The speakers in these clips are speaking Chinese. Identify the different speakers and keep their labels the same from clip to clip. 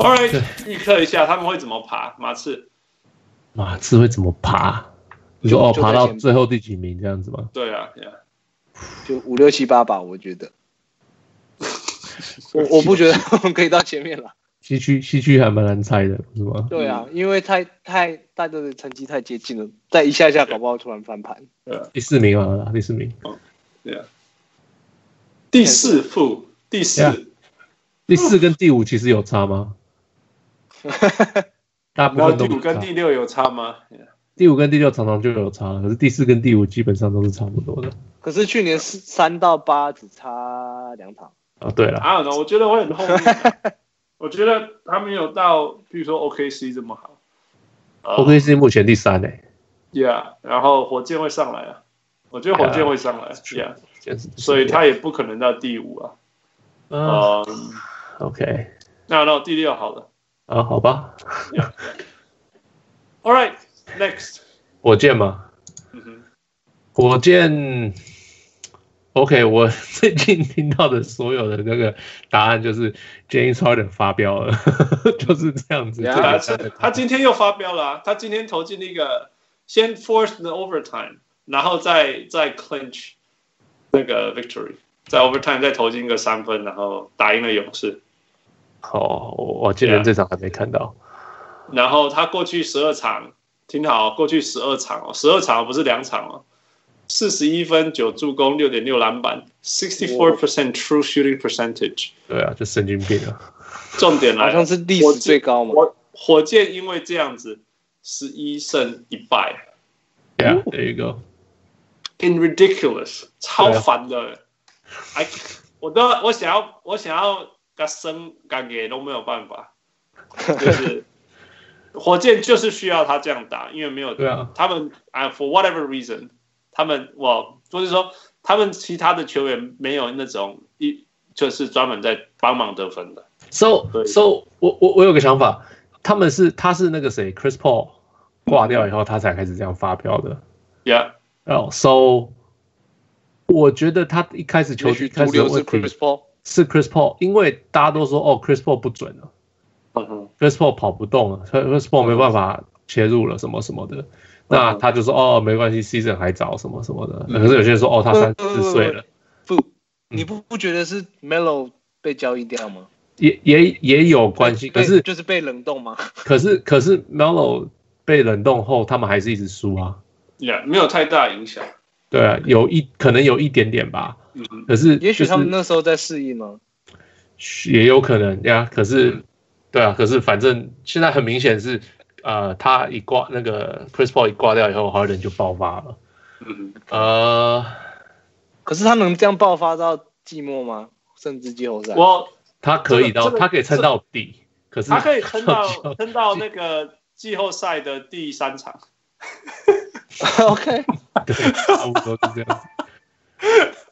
Speaker 1: All right，预测一下他们会怎么爬马刺？
Speaker 2: 马刺会怎么爬？你
Speaker 3: 就
Speaker 2: 说哦，
Speaker 3: 就
Speaker 2: 爬
Speaker 3: 在
Speaker 2: 到
Speaker 3: 前面
Speaker 2: 最后第几名这样子吗？
Speaker 1: 对啊，对啊
Speaker 3: 就五六七八吧，我觉得。我我不觉得他们 可以到前面了。
Speaker 2: 西区西区还蛮难猜的，不是吗？
Speaker 3: 对啊，因为太太大家的成绩太接近了，再一下下搞不好突然翻盘。
Speaker 2: 第四名啊，第四名，
Speaker 1: 对啊。第四副第四
Speaker 2: Yeah 第四跟第五其实有 差吗？大部
Speaker 1: 然后
Speaker 2: 分都
Speaker 1: 第五
Speaker 2: 不差
Speaker 1: 跟第六有差吗？Yeah
Speaker 2: 第五跟第六常常就有差了，可是第四跟第五基本上都是差不多的
Speaker 3: 可是去年是三到八只差两场，
Speaker 2: 啊。对了，
Speaker 1: ？I don't know，我觉得会很后面啊、我觉得他没有到，比如说 OKC 这么好。呃
Speaker 2: OKC 目前第三欸诶、
Speaker 1: Yeah，然后火箭会上来啊，我觉得火箭
Speaker 2: Yeah
Speaker 1: 会上来，Yeah，
Speaker 2: 就是
Speaker 1: 所以他也不可能到第五啊。
Speaker 2: 啊
Speaker 1: 呃，
Speaker 2: ，OK
Speaker 1: 那那第六好了。
Speaker 2: 啊，好吧，
Speaker 1: All right，next，
Speaker 2: 火箭嘛，
Speaker 1: 嗯哼，
Speaker 2: 火箭。OK，我 最近听到的所有的那个答案就是 James Harden 发飙了， 就是这样子。
Speaker 3: Yeah，
Speaker 2: 最
Speaker 1: 他
Speaker 2: 简单的
Speaker 1: 是啊他今天又发飙了啊、他今天投进那个先 force the overtime，然后再再 clinch 那个 victory，在 overtime 再投进一个三分，然后打赢了勇士。
Speaker 2: 哦，我我竟然
Speaker 1: Yeah
Speaker 2: 这场还没看到。
Speaker 1: 然后他过去十二场挺好，过去十二场哦，十二场不是两场哦，四十一分、九助攻、六点六篮板，sixty four percent true shooting percentage。
Speaker 2: 对啊，就神经病啊！
Speaker 1: 重点
Speaker 3: 好
Speaker 1: 来
Speaker 3: 像
Speaker 1: 了，
Speaker 3: 是历史最高嘛。
Speaker 1: 火火箭因为这样子十一胜一败
Speaker 2: Yeah, there you go.
Speaker 1: ，in ridiculous，超烦的。哎、我都我想要我想要嘎生嘎给都没有办法，就是。火箭就是需要他这样打，因为没有
Speaker 2: 对啊，
Speaker 1: 他们啊，for whatever reason，他们我就是说，他们其他的球员没有那种一就是专门在帮忙得分的。
Speaker 2: So
Speaker 1: 对
Speaker 2: so，我我我有个想法，他们是他是那个谁 Chris Paul 挂掉以后，他才开始这样发飙的。
Speaker 1: Yeah，
Speaker 2: 哦、s o 我觉得他一开始球
Speaker 3: 也
Speaker 2: 队
Speaker 3: 许
Speaker 2: 一开
Speaker 3: 毒
Speaker 2: 始的
Speaker 3: 瘤是
Speaker 2: 问
Speaker 3: Chris
Speaker 2: 题
Speaker 3: Paul，
Speaker 2: 是 Chris Paul，因为大家都说哦 Chris Paul 不准了
Speaker 1: 嗯哼，
Speaker 2: ，Chris Paul 跑不动了，Chris Paul 没办法切入了什么什么的。那
Speaker 3: 嗯
Speaker 2: 他就说哦没关系，season 还早什么什么的。可是有些人说哦他三
Speaker 3: 嗯
Speaker 2: 四岁了。
Speaker 3: 不，你不不觉得是 Melo 被交易掉吗？
Speaker 2: 也也也有关系，可
Speaker 3: 被
Speaker 2: 是
Speaker 3: 就是被冷冻吗？
Speaker 2: 可是可是 Melo 被冷冻后，他们还是一直输啊。
Speaker 1: yeah, 没有太大影响。
Speaker 2: 对啊，有一可能有一点点吧，
Speaker 1: 嗯哼，
Speaker 2: 可是
Speaker 3: 也许他们
Speaker 2: 就
Speaker 3: 那时候在适应吗？
Speaker 2: 是也有可能呀。可
Speaker 1: 嗯
Speaker 2: 是对啊，可是反正现在很明显是，呃，他一挂那个 Chris Paul 一挂掉以后，Harden 就爆发了。
Speaker 1: 嗯哼，
Speaker 2: 呃，
Speaker 3: 可是他能这样爆发到季末吗？甚至季后赛？
Speaker 1: 我
Speaker 2: 他可以
Speaker 1: 这
Speaker 2: 到，
Speaker 1: 个
Speaker 2: 他可以撑到底，可是
Speaker 1: 他可以撑 到
Speaker 2: 就
Speaker 1: 撑到那个季后赛的第三场。
Speaker 3: OK，
Speaker 2: 对，差不多是这样子。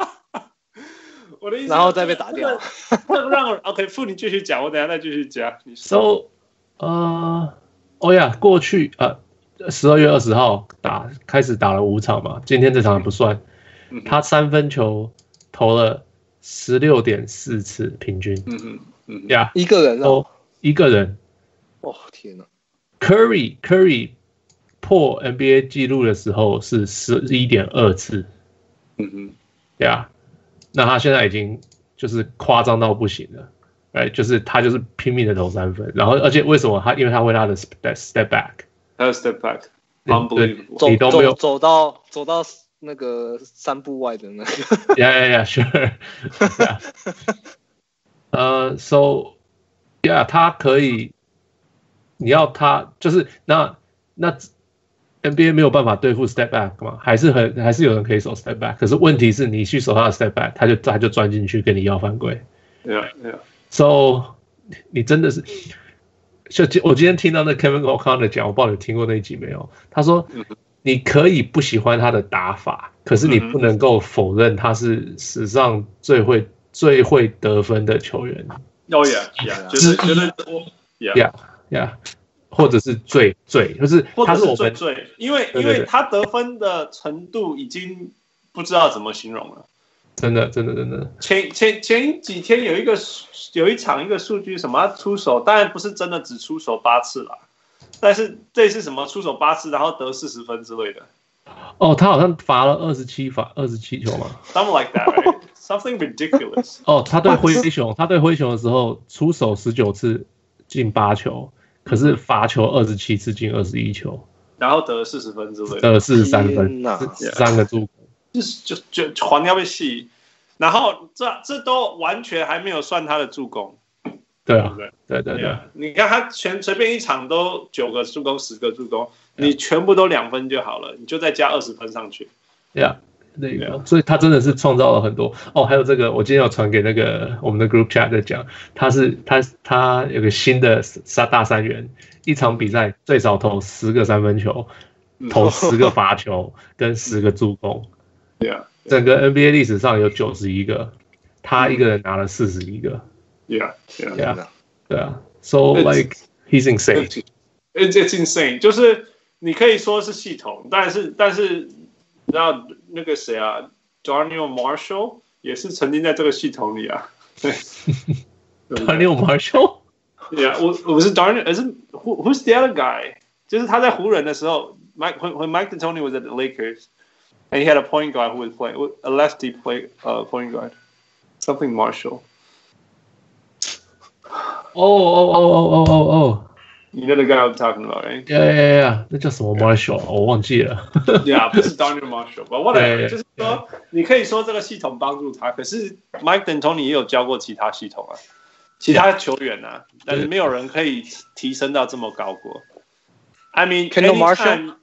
Speaker 1: 我的意思，
Speaker 3: 然后再被打掉。
Speaker 1: 这个让我 OK，傅你 继续讲，我等一下再继续讲。你说
Speaker 2: So，呃，哦呀，过去呃十二月二十号打开始打了五场嘛，今天这场还不算
Speaker 1: 嗯。
Speaker 2: 他三分球投了十六点四次平均
Speaker 1: 嗯哼，嗯哼，
Speaker 2: 呀，
Speaker 3: 一个人哦，
Speaker 2: 哦，一个人
Speaker 3: 哦天哪，
Speaker 2: Curry Curry 破 NBA 记录的时候是十一点二次
Speaker 1: 嗯哼，
Speaker 2: 呀，那他现在已经就是夸张到不行了。哎，就是他就是拼命的投三分，然后而且为什么他？因为他会他的 step step back，
Speaker 1: 还有 step back，unbelievable。
Speaker 3: 走
Speaker 2: 你都没有
Speaker 3: 走走到走到那个三步外的那个，
Speaker 2: yeah, yeah, yeah, sure. yeah. 呃、so yeah，他可以，你要他就是那那 NBA 没有办法对付 step back 嘛，还是很还是有人可以守 step back，可是问题是你去守他的 step back，他就他就钻进去跟你要犯规。
Speaker 1: Yeah, yeah.
Speaker 2: So 你真的是，就今我今天听到那 Kevin O'Connor 讲，我不知道你听过那一集没有？他说
Speaker 1: 嗯哼
Speaker 2: 你可以不喜欢他的打法，可是你
Speaker 1: 嗯哼
Speaker 2: 不能够否认他是史上最会最会得分的球员
Speaker 1: Oh yeah, yeah，
Speaker 3: 之
Speaker 1: 觉得觉得我
Speaker 2: 呀呀或者是最最就是
Speaker 1: 或
Speaker 2: 他
Speaker 1: 者
Speaker 2: 是我
Speaker 1: 最
Speaker 2: 们
Speaker 1: 最，因为
Speaker 2: 对对
Speaker 1: 因
Speaker 2: 对
Speaker 1: 为他得分的程度已经不知道怎么形容了。
Speaker 2: 真的真的真的，
Speaker 1: 前前前几天有一个有一场一个数据什么他出手，当然不是真的只出手八次啦，但是这次什么出手八次，然后得四十分之类的
Speaker 2: 哦，他好像罚了二十七罚二十七球嘛。
Speaker 1: ，something like that，、right? something ridiculous。
Speaker 2: 哦，他对灰熊，他对灰熊的时候出手十九次进八球，可是罚球二十七次进二十一球，
Speaker 1: 然后得四十分之类的，
Speaker 2: 得呃四十三分
Speaker 3: 天，哪
Speaker 2: 十三个助攻。
Speaker 1: 就是就就就黄要被戏，然后这这都完全还没有算他的助攻，对
Speaker 2: 对啊
Speaker 1: 不，对？
Speaker 2: 对对
Speaker 1: 对
Speaker 2: 对
Speaker 1: 啊，你看他全随便一场都九个助攻，十个助攻，你全部都两分就好了，你就再加二十分上去。
Speaker 2: ，Yeah。那
Speaker 1: 对
Speaker 2: 个
Speaker 1: 啊，
Speaker 2: 所以他真的是创造了很多哦。还有这个，我今天有传给那个我们的 group chat 在讲，他是他他有个新的三大三元，一场比赛最少投十个三分球，
Speaker 1: 嗯
Speaker 2: 投十个 罚球跟十个助攻，
Speaker 1: 对啊，
Speaker 2: 整个 NBA 历史上有九十一个，他一个人拿了四十一个，
Speaker 1: 对啊，对啊。
Speaker 2: Yeah. Yeah. So
Speaker 1: It's-
Speaker 2: like he's insane.
Speaker 1: It's it's insane，就是你可以说是系统，但是但是，你知道那个谁啊，Daniel Marshall 也是曾经在这个系统里 啊。对对不对
Speaker 2: Daniel Marshall.
Speaker 1: Yeah，我我是 Darn，而是 Who Who's the other guy？就是他在湖人的时候，Mike when when Mike D'Antoni was at the Lakers and he had a point guard who was playing a lefty play uh point guard something Marshall。
Speaker 2: 哦哦哦哦哦哦哦
Speaker 1: You know the guy I'm talking about, right?
Speaker 2: ，Yeah Yeah Yeah，那叫什么 Marshall？我忘记了。
Speaker 1: Yeah，不是 Daniel Marshall，but
Speaker 2: 对
Speaker 1: whatever，就是说你可以说这个系统帮助他，可是 Mike D'Antoni 也有教过其他系统啊，其他球员啊，但是没有人可以提升到这么高过。I mean,
Speaker 3: Kendall
Speaker 1: anytime-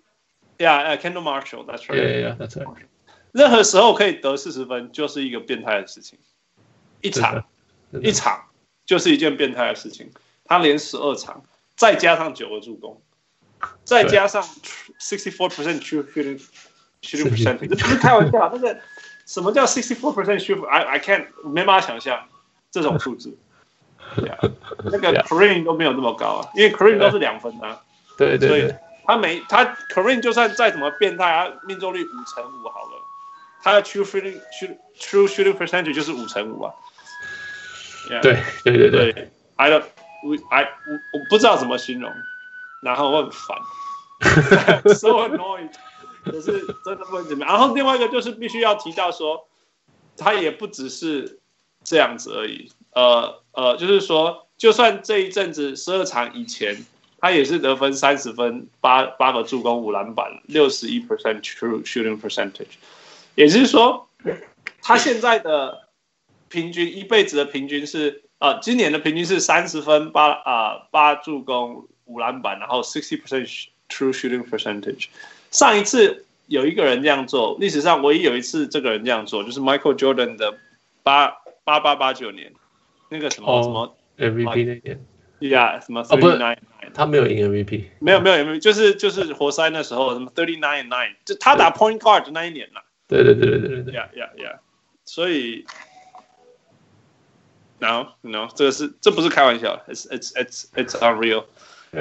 Speaker 1: Yeah, uh, Kendall Marshall, that's right.
Speaker 2: Yeah Yeah Yeah，That's right。
Speaker 1: 任何时候可以得四十分，就是一个变态的事情。一场
Speaker 2: 真的
Speaker 1: 一场就是一件变态的事情。他连十二场，再加上九个助攻，再加上 sixty four percent true shooting shooting percent，这不是开玩笑。那个什么叫 sixty four percent shoot？I I can't 没办法想象这种数 字。对啊，那个
Speaker 2: Yeah.
Speaker 1: Korean 都没有那么高啊，因为 Korean 都是两分啊。
Speaker 2: 对对
Speaker 1: 所以
Speaker 2: 对
Speaker 1: 他每他 Kareem 就算再怎么变态，他命中率五成五好了，他的 true shooting shoot- true shooting percentage 就是五成五啊。Yeah,
Speaker 2: 对对对对，
Speaker 1: 对，I don't 我 I 我我不知道怎么形容，然后我很烦 ，so annoyed，可是真的不能怎么样。然后另外一个就是必须要提到说，他也不只是这样子而已，呃呃，就是说，就算这一阵子十二场以前。他也是得分三十分，八八个助攻，五篮板，六十一 percent true shooting percentage，也就是说，他现在的平均一辈子的平均是呃，今年的平均是三十分八啊八助攻五篮板，然后 sixty percent true shooting percentage。上一次有一个人这样做，历史上唯一有一次这个人这样做，就是 Michael Jordan 的八八八八九年那个什么、
Speaker 2: 哦
Speaker 1: 什么
Speaker 2: MVP 那年
Speaker 1: yeah 什么
Speaker 2: 哦
Speaker 1: t
Speaker 2: 不
Speaker 1: h
Speaker 2: 是
Speaker 1: i nine。
Speaker 2: 他没有赢 MVP。
Speaker 1: 没有没有也没有，就是就是活塞那时候什么 thirty nine nine，就他打 point guard 的那一年啦
Speaker 2: 对对对对对对。
Speaker 1: ，yeah yeah yeah，所以，no no，这个是这不是开玩笑，it's it's it's it's unreal。
Speaker 2: Yeah.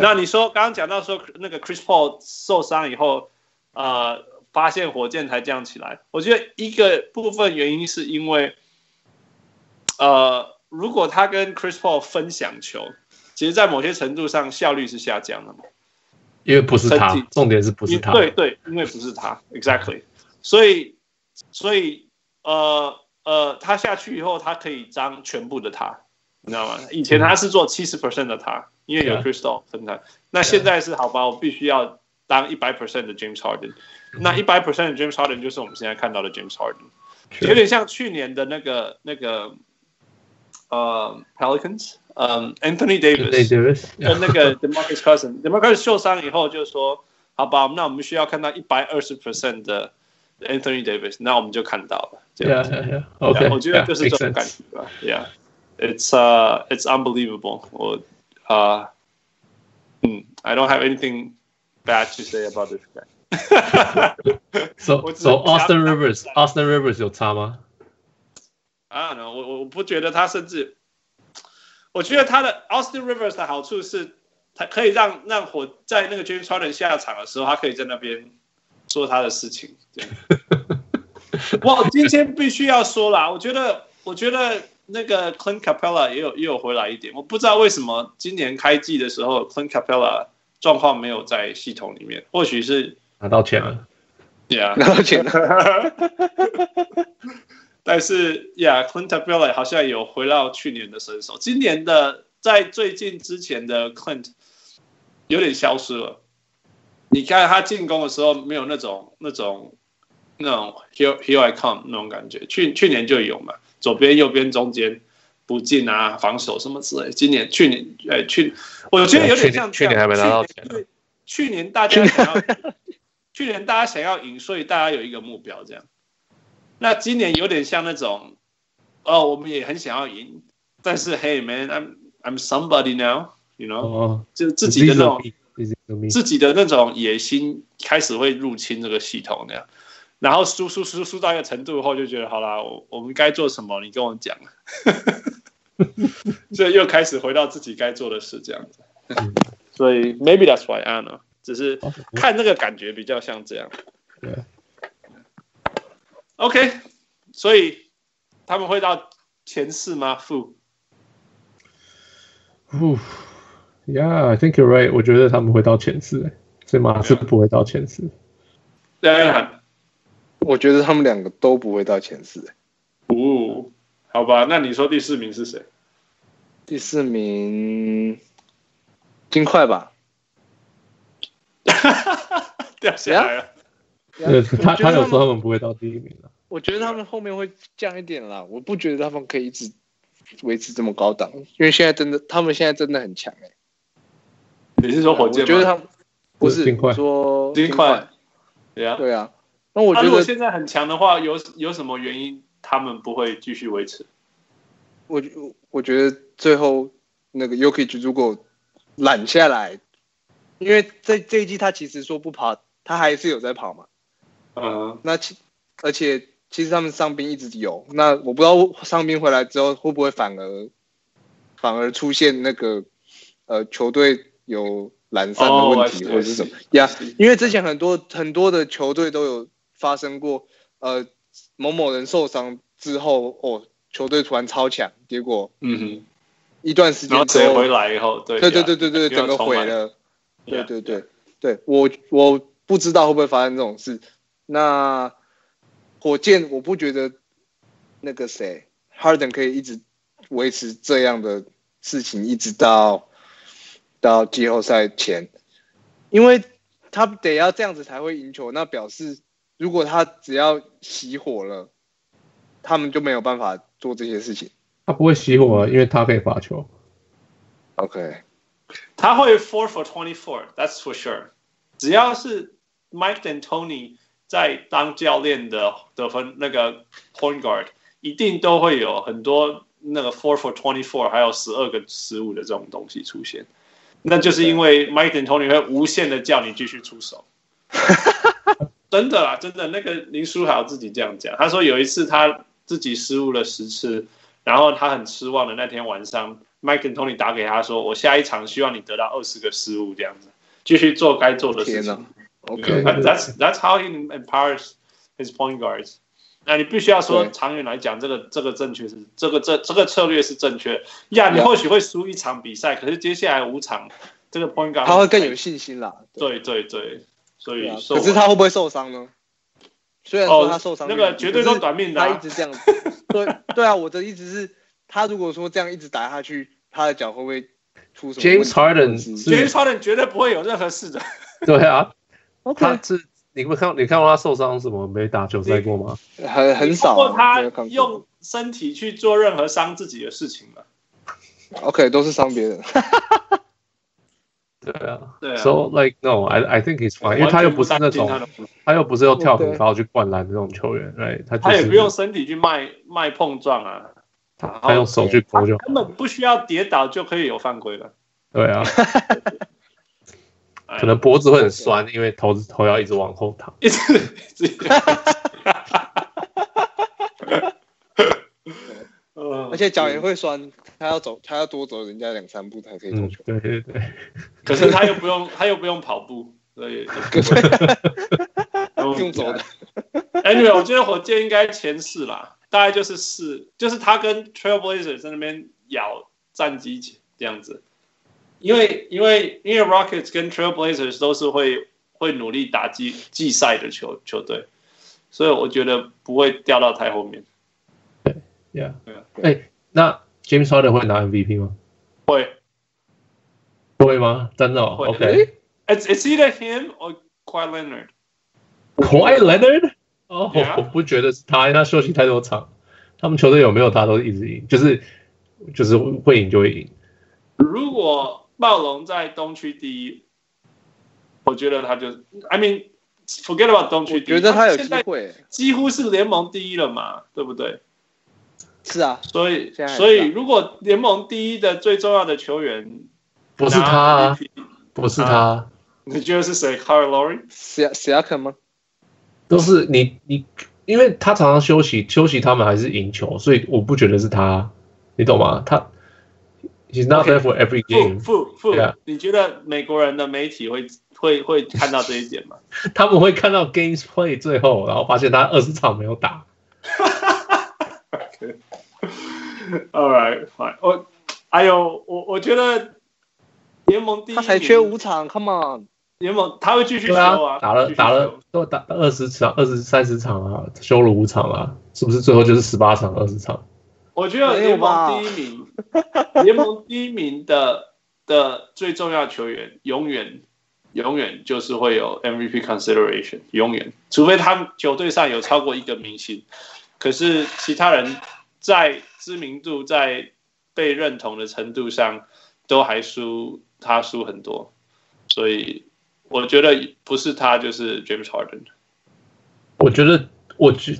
Speaker 1: 那你说刚刚讲到说那个 Chris Paul 受伤以后，呃，发现火箭才降起来，我觉得一个部分原因是因为，呃，如果他跟 Chris Paul 分享球，其实在某些程度上效率是下降的嘛。
Speaker 2: 因为不是他
Speaker 1: 身体，
Speaker 2: 重点是不是
Speaker 1: 因
Speaker 2: 他。
Speaker 1: 对对，因为不是他，exactly，所以所以呃呃，他下去以后，他可以当全部的他，你知道吗？以前他是做七十 percent 的他，因为有
Speaker 2: Yeah.
Speaker 1: Crystal 分担。那现在是好吧，我必须要当一百 percent 的 James Harden。那
Speaker 2: 嗯
Speaker 1: 一百 percent 的 James Harden 就是我们现在看到的 James Harden，
Speaker 2: 是
Speaker 1: 有点像去年的那个那个呃 Pelicans，嗯、Anthony Davis。
Speaker 2: 对 Davis。
Speaker 1: 跟那个 Demarcus Cousins，Demarcus 受伤以后就说，好吧，那我们需要看到一百二十 percent 的 Anthony Davis，那我们就看到了。这样
Speaker 2: Yeah
Speaker 1: 子
Speaker 2: Yeah Yeah。OK。
Speaker 1: 我觉得就是这种感觉吧。Yeah，it's uh it's unbelievable。我啊，嗯，I don't have anything bad to say about this guy。
Speaker 2: So
Speaker 1: 我只是
Speaker 2: So Austin
Speaker 1: 加
Speaker 2: Rivers Austin Rivers 有差吗？
Speaker 1: I don't know，我我我不觉得他甚至，我觉得他的 Austin Rivers 的好处是，他可以让让火在那个 James Harden 下场的时候，他可以在那边做他的事情。这样哇，今天必须要说啦，我觉得，我觉得那个 Clint Capella 也有也有回来一点，我不知道为什么今年开季的时候 Clint Capella 状况没有在系统里面，或许是
Speaker 2: 拿到钱了。
Speaker 1: 对啊，
Speaker 3: 然后钱呢？
Speaker 1: 但是呀、yeah,，Clint Capella 好像有回到去年的身手，今年的在最近之前的 Clint 有点消失了。你看他进攻的时候没有那种那种那种 here here I come 那种感觉，去去年就有嘛，左边右边中间不进啊，防守什么之类。今年去年呃去，我觉得有点像
Speaker 4: 去年去年还没拿到啊钱
Speaker 1: 去年去年大家想要，去年大家想要赢，所以大家有一个目标这样。那今年有点像那种，哦，我们也很想要赢，但是 Hey man，I'm I'm somebody now，you know，
Speaker 2: 哦，
Speaker 1: 就自己的那种。
Speaker 2: This is me，
Speaker 1: 自己的那种野心开始会入侵这个系统那样，然后输输输输到一个程度后，就觉得好啦，我我们该做什么，你跟我讲，啊所以又开始回到自己该做的事这样子。所以 maybe that's why I know，只是看这个感觉比较像这样。
Speaker 2: 对
Speaker 1: OK，所以他们会到前四吗？负
Speaker 2: Yeah, I think you're right。我觉得他们会到前四，所以马刺不会到前四。
Speaker 1: 当然，
Speaker 3: 啊我觉得他们两个都不会到前四。
Speaker 1: 哦，好吧，那你说第四名是谁？
Speaker 3: 第四名，金块吧？
Speaker 1: 掉下来了。
Speaker 2: 呃，他他
Speaker 3: 我觉得他
Speaker 2: 有
Speaker 3: 们
Speaker 2: 说他们不会到第一名了。
Speaker 3: 我觉得他们后面会降一点啦，我不觉得他们可以一直维持这么高档，因为现在真的，他们现在真的很强哎、
Speaker 1: 你是说火箭吗？
Speaker 3: 我觉得他们不
Speaker 2: 不是
Speaker 3: 是
Speaker 2: 金块
Speaker 3: 我说
Speaker 1: 金块，对啊。
Speaker 3: 对啊。那我
Speaker 1: 他
Speaker 3: 觉
Speaker 1: 如果
Speaker 3: 得
Speaker 1: 现在很强的话，有有什么原因他们不会继续维持？
Speaker 3: 我觉我觉得最后那个 Yuki 如果揽下来，因为这这一季他其实说不跑，他还是有在跑嘛。
Speaker 1: 嗯，
Speaker 3: 那其而且其实他们伤兵一直有，那我不知道伤兵回来之后会不会反而反而出现那个呃球队有懒散的问题、
Speaker 1: 哦
Speaker 3: 或者是什么呀因为之前很多很多的球队都有发生过，呃，某某人受伤之后，哦，球队突然超强，结果
Speaker 1: 嗯哼，
Speaker 3: 一段时
Speaker 1: 然
Speaker 3: 间
Speaker 1: 后
Speaker 3: 之
Speaker 1: 谁
Speaker 3: 后，
Speaker 1: 回来以后，对
Speaker 3: 对对对对对，
Speaker 1: 又
Speaker 3: 整个
Speaker 1: 重
Speaker 3: 毁
Speaker 1: 来
Speaker 3: 了。对对，
Speaker 1: 呀
Speaker 3: 对对，我我不知道会不会发生这种事。那火箭，我不觉得那个谁，Harden 可以一直维持这样的事情，一直到到季后赛前，因为他得要这样子才会赢球。那表示如果他只要熄火了，他们就没有办法做这些事情。
Speaker 2: 他不会熄火，啊因为他可以罚球。
Speaker 3: OK，
Speaker 1: 他会 four for twenty four，that's for sure。只要是 Mike D'Antoni 在当教练的得分那个 point guard，一定都会有很多那个 four for twenty four，还有十二个失误的这种东西出现。那就是因为 Mike D'Antoni 会无限的叫你继续出 手。真的啦，真的，那个林书豪自己这样讲，他说有一次他自己失误了十次，然后他很失望的那天晚上，Mike and Tony 打给他说：“我下一场希望你得到二十个失误，这样子继续做该做的事
Speaker 3: 天
Speaker 1: 情
Speaker 3: 哪。
Speaker 1: 对
Speaker 3: ，OK，
Speaker 2: 对
Speaker 1: That's that's how he empowers his point guards。那你必须要说，
Speaker 3: 对
Speaker 1: 长远来讲，这个这个正确是这个这这个策略是正确的。呀，你
Speaker 3: Yeah
Speaker 1: 或许会输一场比赛，可是接下来五场，这个 point guard
Speaker 3: 他会更有信心啦。对
Speaker 1: 对对对，所
Speaker 3: 对
Speaker 1: 以
Speaker 3: 啊，
Speaker 1: 说
Speaker 3: 可是他会不会受伤呢？虽然说他受伤
Speaker 1: 那
Speaker 3: 率、
Speaker 1: 个绝对都
Speaker 3: 可
Speaker 1: 短命
Speaker 3: 是
Speaker 1: 的啊、
Speaker 3: 他一直 这样子。对对啊，我的意思是，他如果说这样一直打下去，他的脚会不会出什么
Speaker 2: James
Speaker 3: 问
Speaker 2: Harden
Speaker 3: 题
Speaker 2: 是
Speaker 1: James Harden 绝对不会有任何事的。
Speaker 2: 对啊，他
Speaker 3: OK，
Speaker 2: 是你们看你看过他受伤什么没打球赛过吗？
Speaker 3: 很 很少、
Speaker 1: 过
Speaker 3: 啊，
Speaker 1: 他
Speaker 3: 没有看过
Speaker 1: 用身体去做任何伤自己的事情嘛。
Speaker 3: OK 都是伤别
Speaker 1: 哦
Speaker 3: 人。
Speaker 2: 对啊。
Speaker 1: 对啊，
Speaker 2: So like no, I I think he's
Speaker 1: 完全
Speaker 2: fine，因为他又不是那
Speaker 1: 担心他
Speaker 2: 种
Speaker 1: 的
Speaker 2: 他又不是用跳很
Speaker 3: 对
Speaker 2: 高去灌篮的那种球员，right？他就
Speaker 1: 他也
Speaker 2: 是
Speaker 1: 不用身体去卖卖碰撞啊，
Speaker 2: 他他用手去
Speaker 1: 他
Speaker 2: 勾就好
Speaker 1: 根本不需要跌倒就可以有犯规了。
Speaker 2: 对啊，
Speaker 1: 哎
Speaker 2: 可能脖子会很酸，因为头头要一直往后躺。
Speaker 1: 一直一直。
Speaker 3: 而
Speaker 1: 而
Speaker 3: 且脚也会酸，他要走，他要多走人家两三步才可以
Speaker 2: 嗯
Speaker 3: 投球，。
Speaker 2: 对对对，
Speaker 1: 可是 他又不 用，他又不用跑步，所以
Speaker 2: 嗯
Speaker 3: 用走的。
Speaker 1: 哎、 Anyway，我觉得火箭应该前四啦，大概就是四，就是他跟 Trailblazer 在那边咬战绩这样子。因为因为因为 Rockets 跟 Trailblazers 都是会会努力打季季赛的球球队，所以我觉得不会掉到太后面。
Speaker 2: Yeah，
Speaker 1: 对啊
Speaker 2: 哎、那 James Harden 会拿 MVP 吗？
Speaker 1: 会
Speaker 2: 会吗？真的、哦、
Speaker 1: 会
Speaker 2: ？OK。
Speaker 1: ，It's it's either him or Kawhi Leonard。
Speaker 2: Kawhi Leonard？哦、
Speaker 1: Yeah
Speaker 2: 我不觉得是他，因为他休息太多场，他们球队有没有他都一直赢，就是就是会赢就会赢。
Speaker 1: 如果暴龙在东区第一，我觉得他就，I mean forget about 东区
Speaker 3: 我
Speaker 1: 第一，
Speaker 3: 觉得他有
Speaker 1: 现
Speaker 3: 机
Speaker 1: 在
Speaker 3: 会。
Speaker 1: 几乎是联盟第一了嘛，对不对？
Speaker 3: 是啊，
Speaker 1: 所以
Speaker 3: 现在还是啊
Speaker 1: 所以如果联盟第一的最重要的球员
Speaker 2: 不是他、
Speaker 1: 拿
Speaker 2: 啊，
Speaker 1: MVP
Speaker 2: 不是他、啊，
Speaker 1: 你觉得是谁 c a r l o r y
Speaker 3: 史亚史亚肯吗？
Speaker 2: 都是你你，因为他常常休息，休息他们还是赢球，所以我不觉得是他，啊你懂吗？他 he's not there for every game，、
Speaker 1: 傅傅傅
Speaker 2: Yeah，
Speaker 1: 你觉得美国人的媒体会会会看到这一点吗？
Speaker 2: 他们会看到 games play 最后，然后发现他二十场没有打。
Speaker 1: All right, fine. 我，哎呦，我我觉得联盟第一，
Speaker 3: 他才缺五，场，Come on！
Speaker 1: 联盟他会继续
Speaker 2: 对
Speaker 1: 修
Speaker 2: 啊，
Speaker 1: 啊，
Speaker 2: 打了
Speaker 1: 继续
Speaker 2: 打了
Speaker 1: 修，
Speaker 2: 都打二十场、二十三十场啊，休了五场啊，是不是最后就是十八场、二十场？
Speaker 1: 我觉得联盟第一名， 联盟第一名的的最重要球员，永远永远就是会有 MVP consideration，永远，除非他们球队上有超过一个明星，可是其他人在知名度在被认同的程度上，都还输他输很多，所以我觉得不是他就是 James Harden。
Speaker 2: 我觉得，我觉，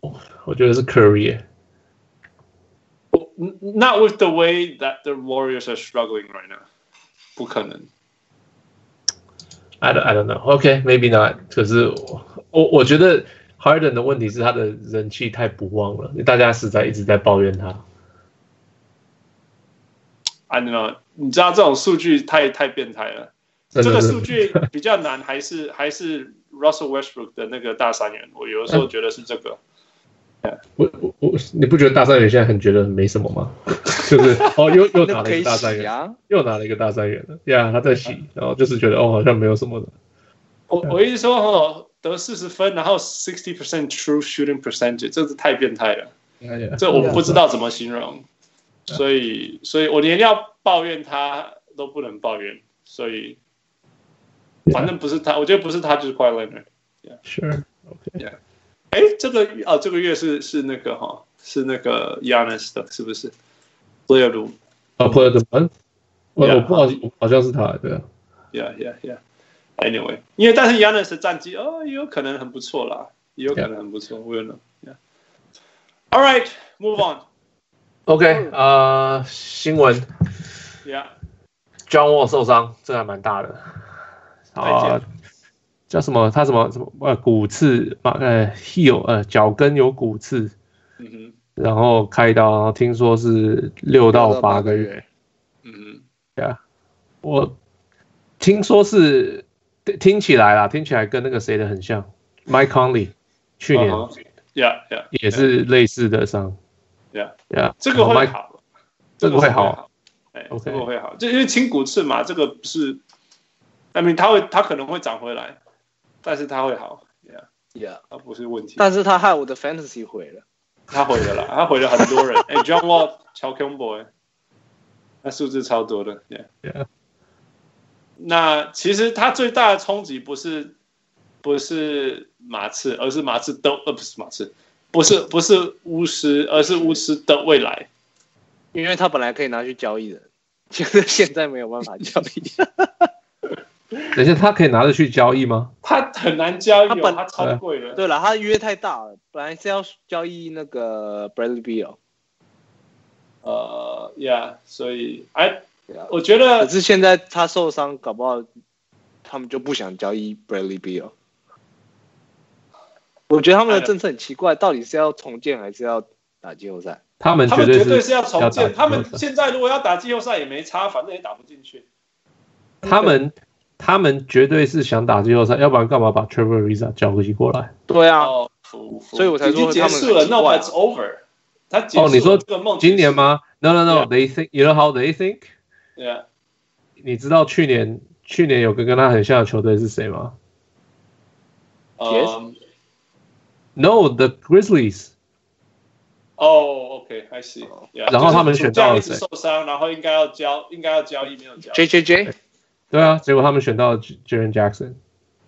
Speaker 2: 我我觉得是 Curry，耶
Speaker 1: Not with the way that the Warriors are struggling right now，不可能。
Speaker 2: I don't, I don't know. OK, maybe not. 可是我我我觉得 Harden 的问题是他的人气太不旺了，大家实在一直在抱怨他。
Speaker 1: I don't know，你知道这种数据太太变态了。
Speaker 2: 真
Speaker 1: 这
Speaker 2: 的
Speaker 1: 个
Speaker 2: 是
Speaker 1: 数据比较难，还是 还是 Russell Westbrook 的那个大三元。我有的时候觉得是这个。
Speaker 2: 我我我，你不觉得大三元现在很觉得没什么吗？ 就是哦，又又
Speaker 3: 那
Speaker 2: 拿了
Speaker 3: 不可
Speaker 2: 一
Speaker 3: 以
Speaker 2: 个大三
Speaker 3: 洗
Speaker 2: 元，
Speaker 3: 啊！嗯
Speaker 2: 又拿了一个大三元了。呀、yeah,，他在洗，然后就是觉得哦，好像没有什么的。
Speaker 1: 我我一直说哦，得四十分，然后 sixty percent true shooting percentage，这是太变态了，
Speaker 3: 哎
Speaker 2: Yeah, yeah.
Speaker 1: 这我不知道怎么形容。所以，所以我连要抱怨他都不能抱怨，所以
Speaker 2: Yeah.
Speaker 1: 反正不是他，我觉得不是他就是 q u i l e n e r
Speaker 2: Sure. OK.
Speaker 1: 哎，这个哦，这个月是是那个哈、是那个 Yanis 的，是不是？所有路
Speaker 2: 啊，或者怎么？我
Speaker 1: Yeah.
Speaker 2: 我不好，我好像是他，对啊。
Speaker 1: ，Yeah Yeah Yeah。Anyway，因为但是 Yanis 的战绩哦，也有可能很不错啦，也有可能很不错。We don't know。Yeah。All right, move on.
Speaker 2: OK，呃，新闻
Speaker 1: Yeah，
Speaker 2: John Wall 受伤，这还蛮大的。
Speaker 1: 再
Speaker 2: 啊、叫什么？他什么什么？呃，骨刺嘛，呃，heel，呃，脚跟有骨刺，
Speaker 1: 嗯哼，
Speaker 2: 然后开刀，然后听说是六到八个
Speaker 3: 六到八个
Speaker 2: 月
Speaker 3: 月。
Speaker 1: 嗯
Speaker 2: 我听说是听听起来啦，听起来跟那个谁的很像，Mike Conley，去
Speaker 1: 哼
Speaker 2: 年
Speaker 1: 嗯哼，Yeah Yeah，
Speaker 2: 也是类似的伤。
Speaker 1: Yeah
Speaker 2: 对啊，
Speaker 1: 这个
Speaker 2: 然后
Speaker 1: 会
Speaker 2: Mike-
Speaker 1: 好，
Speaker 2: 这个会好，
Speaker 1: 哎，
Speaker 2: OK
Speaker 1: 这个会好，就因为筋骨刺嘛，这个不是，I mean，它会它可能会长回来，但是它会好，Yeah，
Speaker 3: Yeah，
Speaker 1: 它不是问题。
Speaker 3: 但是他害我的 fantasy 毁了。
Speaker 1: 他毁了啦，他毁了很多 人。哎、j o h n Wall、乔 c o m b o y 那数字超多的。Yeah.
Speaker 2: Yeah
Speaker 1: 那其实他最大的冲击不是不是马刺，而是马刺的呃不是马刺，不是不是巫师，而是巫师的未来。
Speaker 3: 因为他本来可以拿去交易的，觉得现在没有办法交易。
Speaker 2: 等一下，他可以拿着去交易吗？
Speaker 1: 他很难交易、
Speaker 3: 他
Speaker 1: 哦，
Speaker 3: 本
Speaker 1: 他超贵的。
Speaker 3: 对了，他约太大了，本来是要交易那个 Bradley Beal，
Speaker 1: 呃，Yeah，所以哎
Speaker 3: Yeah，
Speaker 1: 我觉
Speaker 3: 可
Speaker 1: 得
Speaker 3: 是现在他受伤，搞不好他们就不想交易 Bradley Beal。我觉得他们的政策很奇怪，到底是要重建还是要打季后赛？
Speaker 2: 他们
Speaker 1: 他
Speaker 2: 绝
Speaker 1: 们绝
Speaker 2: 是
Speaker 1: 对是要重
Speaker 2: 打
Speaker 1: 建。他们
Speaker 2: 季后赛
Speaker 1: 现在如果要打季后赛也没差，反正也打不进去。
Speaker 2: 他们他们绝对是想打季后赛，要不然干嘛把 Trevor Ariza 交易过来？
Speaker 3: 对啊，
Speaker 1: 哦，服服
Speaker 3: 所以我才
Speaker 1: 已经
Speaker 3: 说
Speaker 1: 结
Speaker 3: 他们
Speaker 1: 束了
Speaker 3: 很奇怪啊
Speaker 1: ，No, it's over。他结束
Speaker 2: 哦你说
Speaker 1: 了这个梦，
Speaker 2: 今年？吗？No no
Speaker 1: Yeah.
Speaker 2: no，they think you know how they think。
Speaker 1: 对啊，
Speaker 2: 你知道去年去年有个跟他很像的球队是谁吗
Speaker 1: 嗯，
Speaker 2: ？No，the Grizzlies。
Speaker 1: 哦，OK，I see。
Speaker 2: 然后他们选到了
Speaker 1: 谁？
Speaker 2: 谁
Speaker 1: 受伤，然后应该要交，应该要交易，没有交易。
Speaker 3: J J J，
Speaker 2: 对啊，结果他们选到了 Jaren Jackson，right？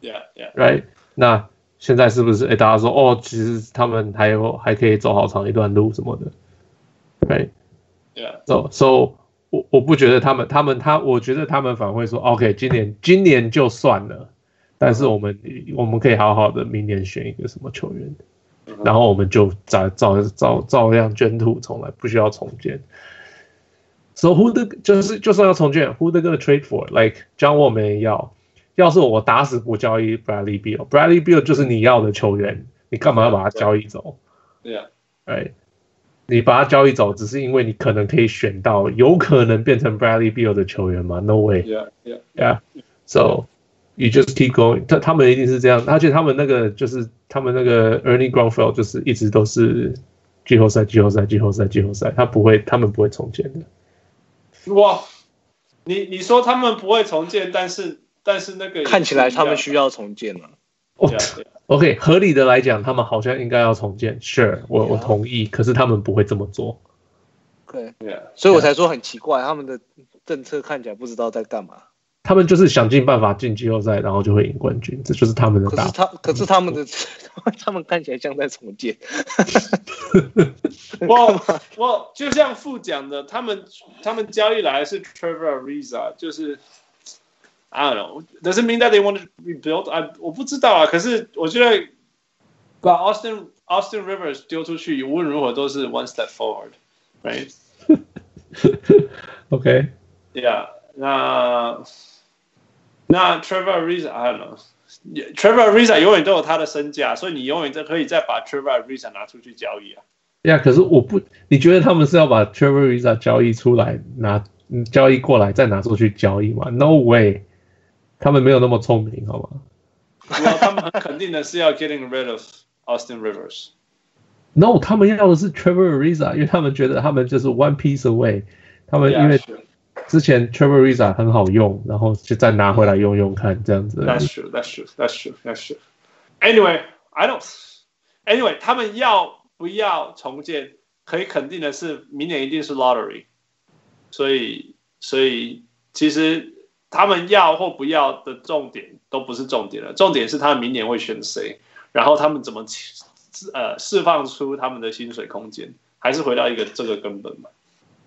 Speaker 1: Yeah, yeah。
Speaker 2: 那现在是不是？哎，大家说哦，其实他们还有还可以走好长一段路什么的，right？
Speaker 1: Yeah,
Speaker 2: so so 我我不觉得他们他们他，我觉得他们反而会说 OK，今年今年就算了，但是我们我们可以好好的明年选一个什么球员，然后我们就照照照照样卷土重来，不需要重建。So who the 就是就算要重建，who they gonna trade for？Like John Wall 没人要，要是我打死不交易 Bradley Beal，Bradley Beal 就是你要的球员，你干嘛要把他交易走？
Speaker 1: yeah.
Speaker 2: 哎，你把它交易走，只是因为你可能可以选到有可能变成 Bradley Beal 的球员嘛？No way，yeah。
Speaker 1: Yeah, yeah.
Speaker 2: So you just keep going 他。他们一定是这样，而且他们那个就是他们那个 Ernie Grunfeld 就是一直都是季后赛、季后赛、季后赛、季后赛，他不会，他们不会重建的。
Speaker 1: 哇，你你说他们不会重建，但是但是那个也
Speaker 3: 看起来他们
Speaker 1: 是
Speaker 3: 需要重建了。
Speaker 2: 哦、
Speaker 1: 一样的
Speaker 2: OK，合理的来讲，他们好像应该要重建，Sure，我我
Speaker 3: Yeah
Speaker 2: 同意，可是他们不会这么做。
Speaker 3: 对，啊
Speaker 1: Yeah, yeah.
Speaker 3: 所以我才说很奇怪，他们的政策看起来不知道在干嘛。
Speaker 2: 他们就是想尽办法进季后赛，然后就会赢冠军，这就是他们的
Speaker 3: 可
Speaker 2: 打
Speaker 3: 是他，可是他们的， 他们看起来像在重建。
Speaker 1: 我我就像副讲的，他们他们交易来的是 Trevor Ariza，就是 I don't know doesn't mean that they want to rebuild。I 我不知道啊，可是我觉得把 Austin Austin Rivers 丢出去，无论如何都是 one step forward，right？
Speaker 2: OK，
Speaker 1: Yeah，那那 Trevor Ariza，I don't know，Trevor Ariza 永远都有他的身价，所以你永远都可以再把 Trevor Ariza 拿出去交易啊。
Speaker 2: 呀可是我不，你觉得他们是要把 Trevor Ariza 交易出来拿嗯交易过来再拿出去交易吗？No way，他们没有那么聪明，好吗
Speaker 1: 然后他们很肯定的是要 getting rid of Austin Rivers。
Speaker 2: ？No，他们要的是 Trevor Ariza，因为他们觉得他们就是 one piece away，他们 因为
Speaker 1: Yeah, sure.
Speaker 2: 之前 Trevor Ariza 很好用，然后就再拿回来用用看这样子。
Speaker 1: That's true. That's true. That's true. That's true. Anyway, I don't. Anyway，他们要不要重建？可以肯定的是，明年一定是 lottery。所以，所以其实他们要或不要的重点都不是重点了，重点是他们明年会选谁，然后他们怎么起呃释放出他们的薪水空间，还是回到一个这个根本嘛，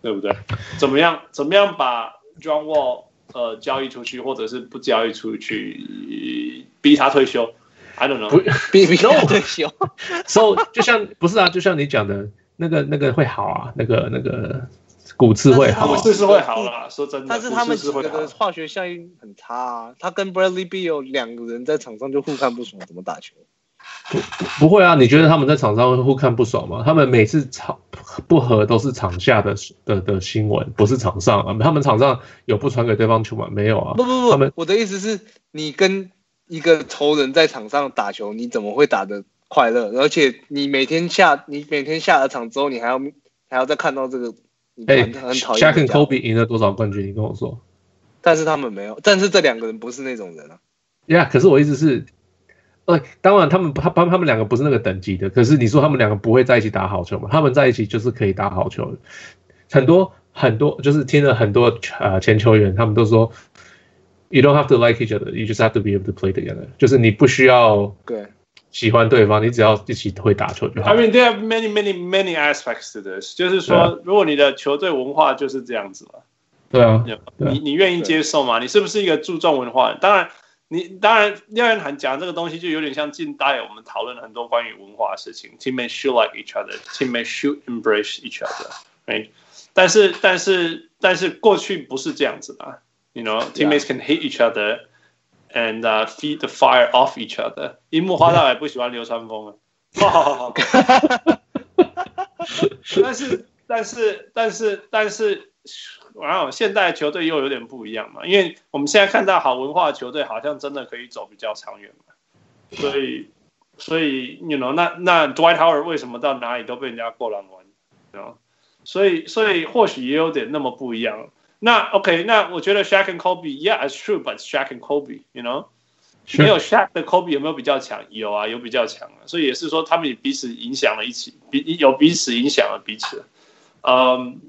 Speaker 1: 对不对？怎么样？怎么样把 John Wall 呃交易出去，或者是不交易出去，逼他退休？I don't know
Speaker 2: 不。
Speaker 3: 比比我退休，
Speaker 2: So 就像不是啊，就像你讲的那个那个会好啊，那个那个骨刺会好、
Speaker 1: 股
Speaker 2: 啊
Speaker 3: 但。
Speaker 1: 市是会好啦，说真的，
Speaker 3: 但是他
Speaker 1: 股
Speaker 3: 们
Speaker 1: 市
Speaker 3: 几
Speaker 1: 是会
Speaker 3: 个
Speaker 1: 好
Speaker 3: 的。化学效应很差啊。他跟 Bradley Beal 两个人在场上就互看不爽，怎么打球？
Speaker 2: 不会啊，你觉得他们在场上互看不爽吗？他们每次场不和都是场下的的的新闻，不是场上啊。他们场上有不传给对方球吗？没有啊
Speaker 3: 不。不
Speaker 2: 他
Speaker 3: 不
Speaker 2: 们，
Speaker 3: 我的意思是，你跟一个仇人在场上打球，你怎么会打得快乐？而且你每天下，你每天下了场之后，你还要还要再看到这个，你
Speaker 2: 哎
Speaker 3: 很很讨
Speaker 2: ，Shaq
Speaker 3: 厌的
Speaker 2: 跟
Speaker 3: 家伙。
Speaker 2: Kobe 赢了多少冠军？你跟我说。
Speaker 3: 但是他们没有，但是这两个人不是那种人啊。
Speaker 2: 呀、可是我意思是，呃，当然他们他他他们两个不是那个等级的，可是你说他们两个不会在一起打好球嘛？他们在一起就是可以打好球的，很多很多就是听了很多呃前球员，他们都说，you don't have to like each other, you just have to be able to play together，就是你不需要
Speaker 3: 对，
Speaker 2: 喜欢对方，你只要一起会打球就好
Speaker 1: I。mean, there are many, many, many aspects to this. 就是
Speaker 2: 对
Speaker 1: 说
Speaker 2: 啊，
Speaker 1: 如果你的球队文化就是这样子嘛，
Speaker 2: 对啊，对啊
Speaker 1: 你你愿意接受吗？你是不是一个注重文化？当然，你当然廖元涵讲这个东西，就有点像近代我们讨论了很多关于文化的事情，teammates should like each other，teammates should embrace each other，right？但是但是但是过去不是这样子的，you know，teammates can hate each other。And、uh, feed the fire off each other。樱木花道也不喜欢流川枫啊。 但是但是但是但是然后现代球队又有点不一样嘛，因为我们现在看到好文化的球队好像真的可以走比较长远嘛，所以所以 you know 那那 Dwight Howard 为什么到哪里都被人家过狼玩，然后所以所以或许也有点那么不一样。那 OK，那我觉得 Shaq and Kobe，yeah，it's true，but Shaq and Kobe，you know。没有 Shaq 的 Kobe 有没有比较强？有啊，有比较强啊，所以也是说他们也彼此影响了一起，彼有彼此影响了彼此。嗯，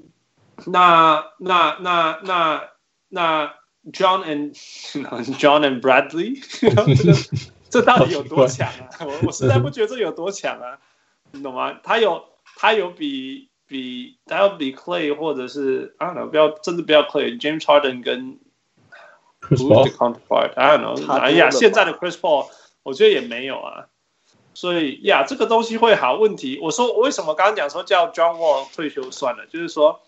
Speaker 1: 那那那那那 John and John and Bradley，这到底有多强啊？我我实在不觉得这有多强啊，你懂吗？他有他有比比他有比 Clay 或者是 I don't know，不要真的不要 Clay，James Harden 跟
Speaker 2: Chris
Speaker 1: Who's the
Speaker 2: Paul，
Speaker 1: counterpart？I don't know。
Speaker 3: 差多了
Speaker 1: 哎呀，
Speaker 3: 吧
Speaker 1: 现在的 Chris Paul，我觉得也没有啊。所以呀，这个东西会好。问题，我说我为什么刚刚讲说叫 John Wall 退休算了，就是说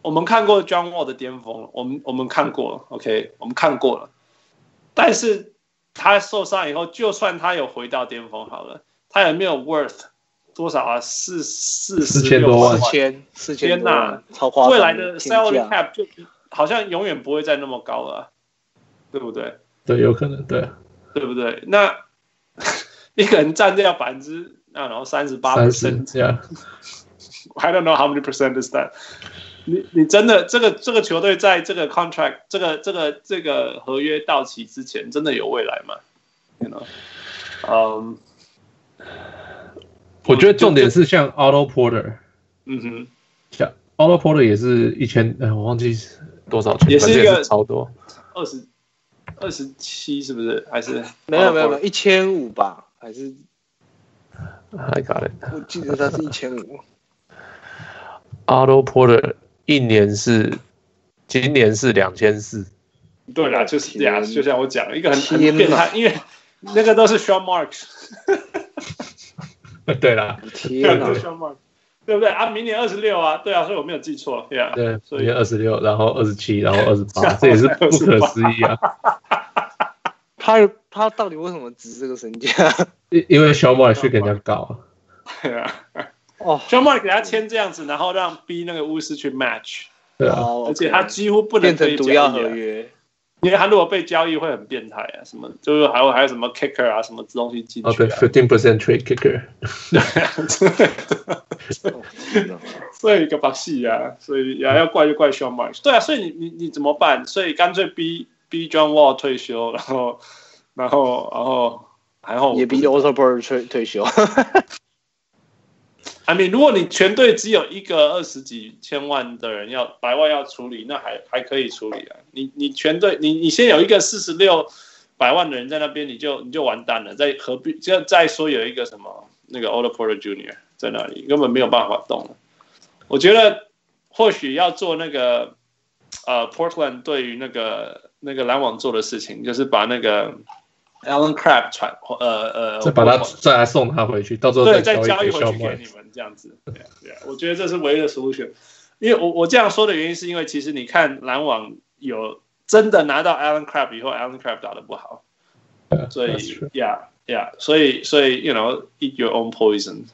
Speaker 1: 我们看过 John Wall 的巅峰，我们我们看过了，OK，我们看过了。但是他受伤以后，就算他有回到巅峰好了，他也没有 worth 多少啊？四四
Speaker 2: 四
Speaker 1: 十
Speaker 2: 千多万
Speaker 3: 四千四千
Speaker 1: 天
Speaker 3: 多万
Speaker 1: 哪
Speaker 3: 超夸张
Speaker 1: 未来的
Speaker 3: 天
Speaker 1: salary
Speaker 3: 价
Speaker 1: cap 就好像永远不会再那么高了啊，对不对？
Speaker 2: 对，有可能，对，
Speaker 1: 对不对？那 一个人占掉百分之啊，然后三十八
Speaker 2: 三十
Speaker 1: percent，
Speaker 2: ，Yeah，
Speaker 1: I don't know how many percent is that 你。你真的这个这个球队在这个 contract 这个这个这个合约到期之前，真的有未来吗？You know，嗯、
Speaker 2: 我觉得重点是像 Auto Porter，
Speaker 1: 嗯哼，
Speaker 2: 像 Auto Porter 也是一千，哎，我忘记是多少钱，
Speaker 1: 也是
Speaker 2: 反正
Speaker 1: 一个
Speaker 2: 超多，
Speaker 1: 二十二十七是不是？还是
Speaker 3: 没有没有没有一千五吧，还是
Speaker 2: I got it。
Speaker 3: 我记得他是一千 五，
Speaker 2: Auto Porter 一年是，今年是两千四，
Speaker 1: 对啦，就是这样，
Speaker 3: 天
Speaker 1: 就像我讲，一个很很
Speaker 3: 天哪
Speaker 1: 变态，因为那个都是 s h o w marks。
Speaker 2: 对啦，
Speaker 3: 天哪
Speaker 1: 对！双棒对不对啊？明年二十六啊，对啊，所以我没有记错，Yeah，
Speaker 2: 对，
Speaker 1: 所
Speaker 2: 今
Speaker 1: 以
Speaker 2: 年二十六，然后二十七，然后二十 八，这也是不可思议啊！
Speaker 3: 他他到底为什么值这个身价？
Speaker 2: 因因为小马去跟人家搞啊，
Speaker 1: 对啊，
Speaker 3: 哦，
Speaker 1: 双棒给他签这样子，然后让逼那个巫师去 match，
Speaker 2: 对啊，
Speaker 3: 好
Speaker 1: 而且他几乎不能
Speaker 3: 变
Speaker 1: 被交
Speaker 3: 成毒
Speaker 1: 易、
Speaker 3: 药
Speaker 1: 啊，
Speaker 3: 合 约，
Speaker 1: 因为他如果被交易会很变态啊，什么就是还有还有什么 kicker 啊，什么东西进
Speaker 2: 哦
Speaker 1: 去、
Speaker 2: 对
Speaker 1: 啊，
Speaker 2: ，fifteen percent trade kicker，
Speaker 3: 哦天哪
Speaker 1: 所以一个把戏啊，所以也要怪就怪 Sean Marks。对啊，所以你你你怎么办？所以干脆逼逼 John Wall 退休，然后然后然后然后
Speaker 3: 也逼 o t o b e r 退 退休。
Speaker 1: I mean，如果你全队只有一个二十几千万的人要百万要处理，那还还可以处理啊。你你全队你你先有一个四十六百万的人在那边，你就你就完蛋了。再何必就再说有一个什么那个 o l d Porter Junior 在那里，根本没有办法动了。我觉得或许要做那个呃 Portland 对于那个那个篮网做的事情，就是把那个 Alan Crab 传呃呃
Speaker 2: 再把他再来送他回去，到时候
Speaker 1: 对，再
Speaker 2: 交
Speaker 1: 交
Speaker 2: 易
Speaker 1: 易
Speaker 2: 给
Speaker 1: 回
Speaker 2: 小
Speaker 1: 去
Speaker 2: 马
Speaker 1: 给。你们这样子。对啊对啊，我觉得这是唯一的 solution。因为我我这样说的原因，是因为其实你看篮网有真的拿到 Allen Crab 以后，Allen Crab 打得不好，所以
Speaker 2: That's true.
Speaker 1: yeah yeah，所以所以 you know eat your own poison。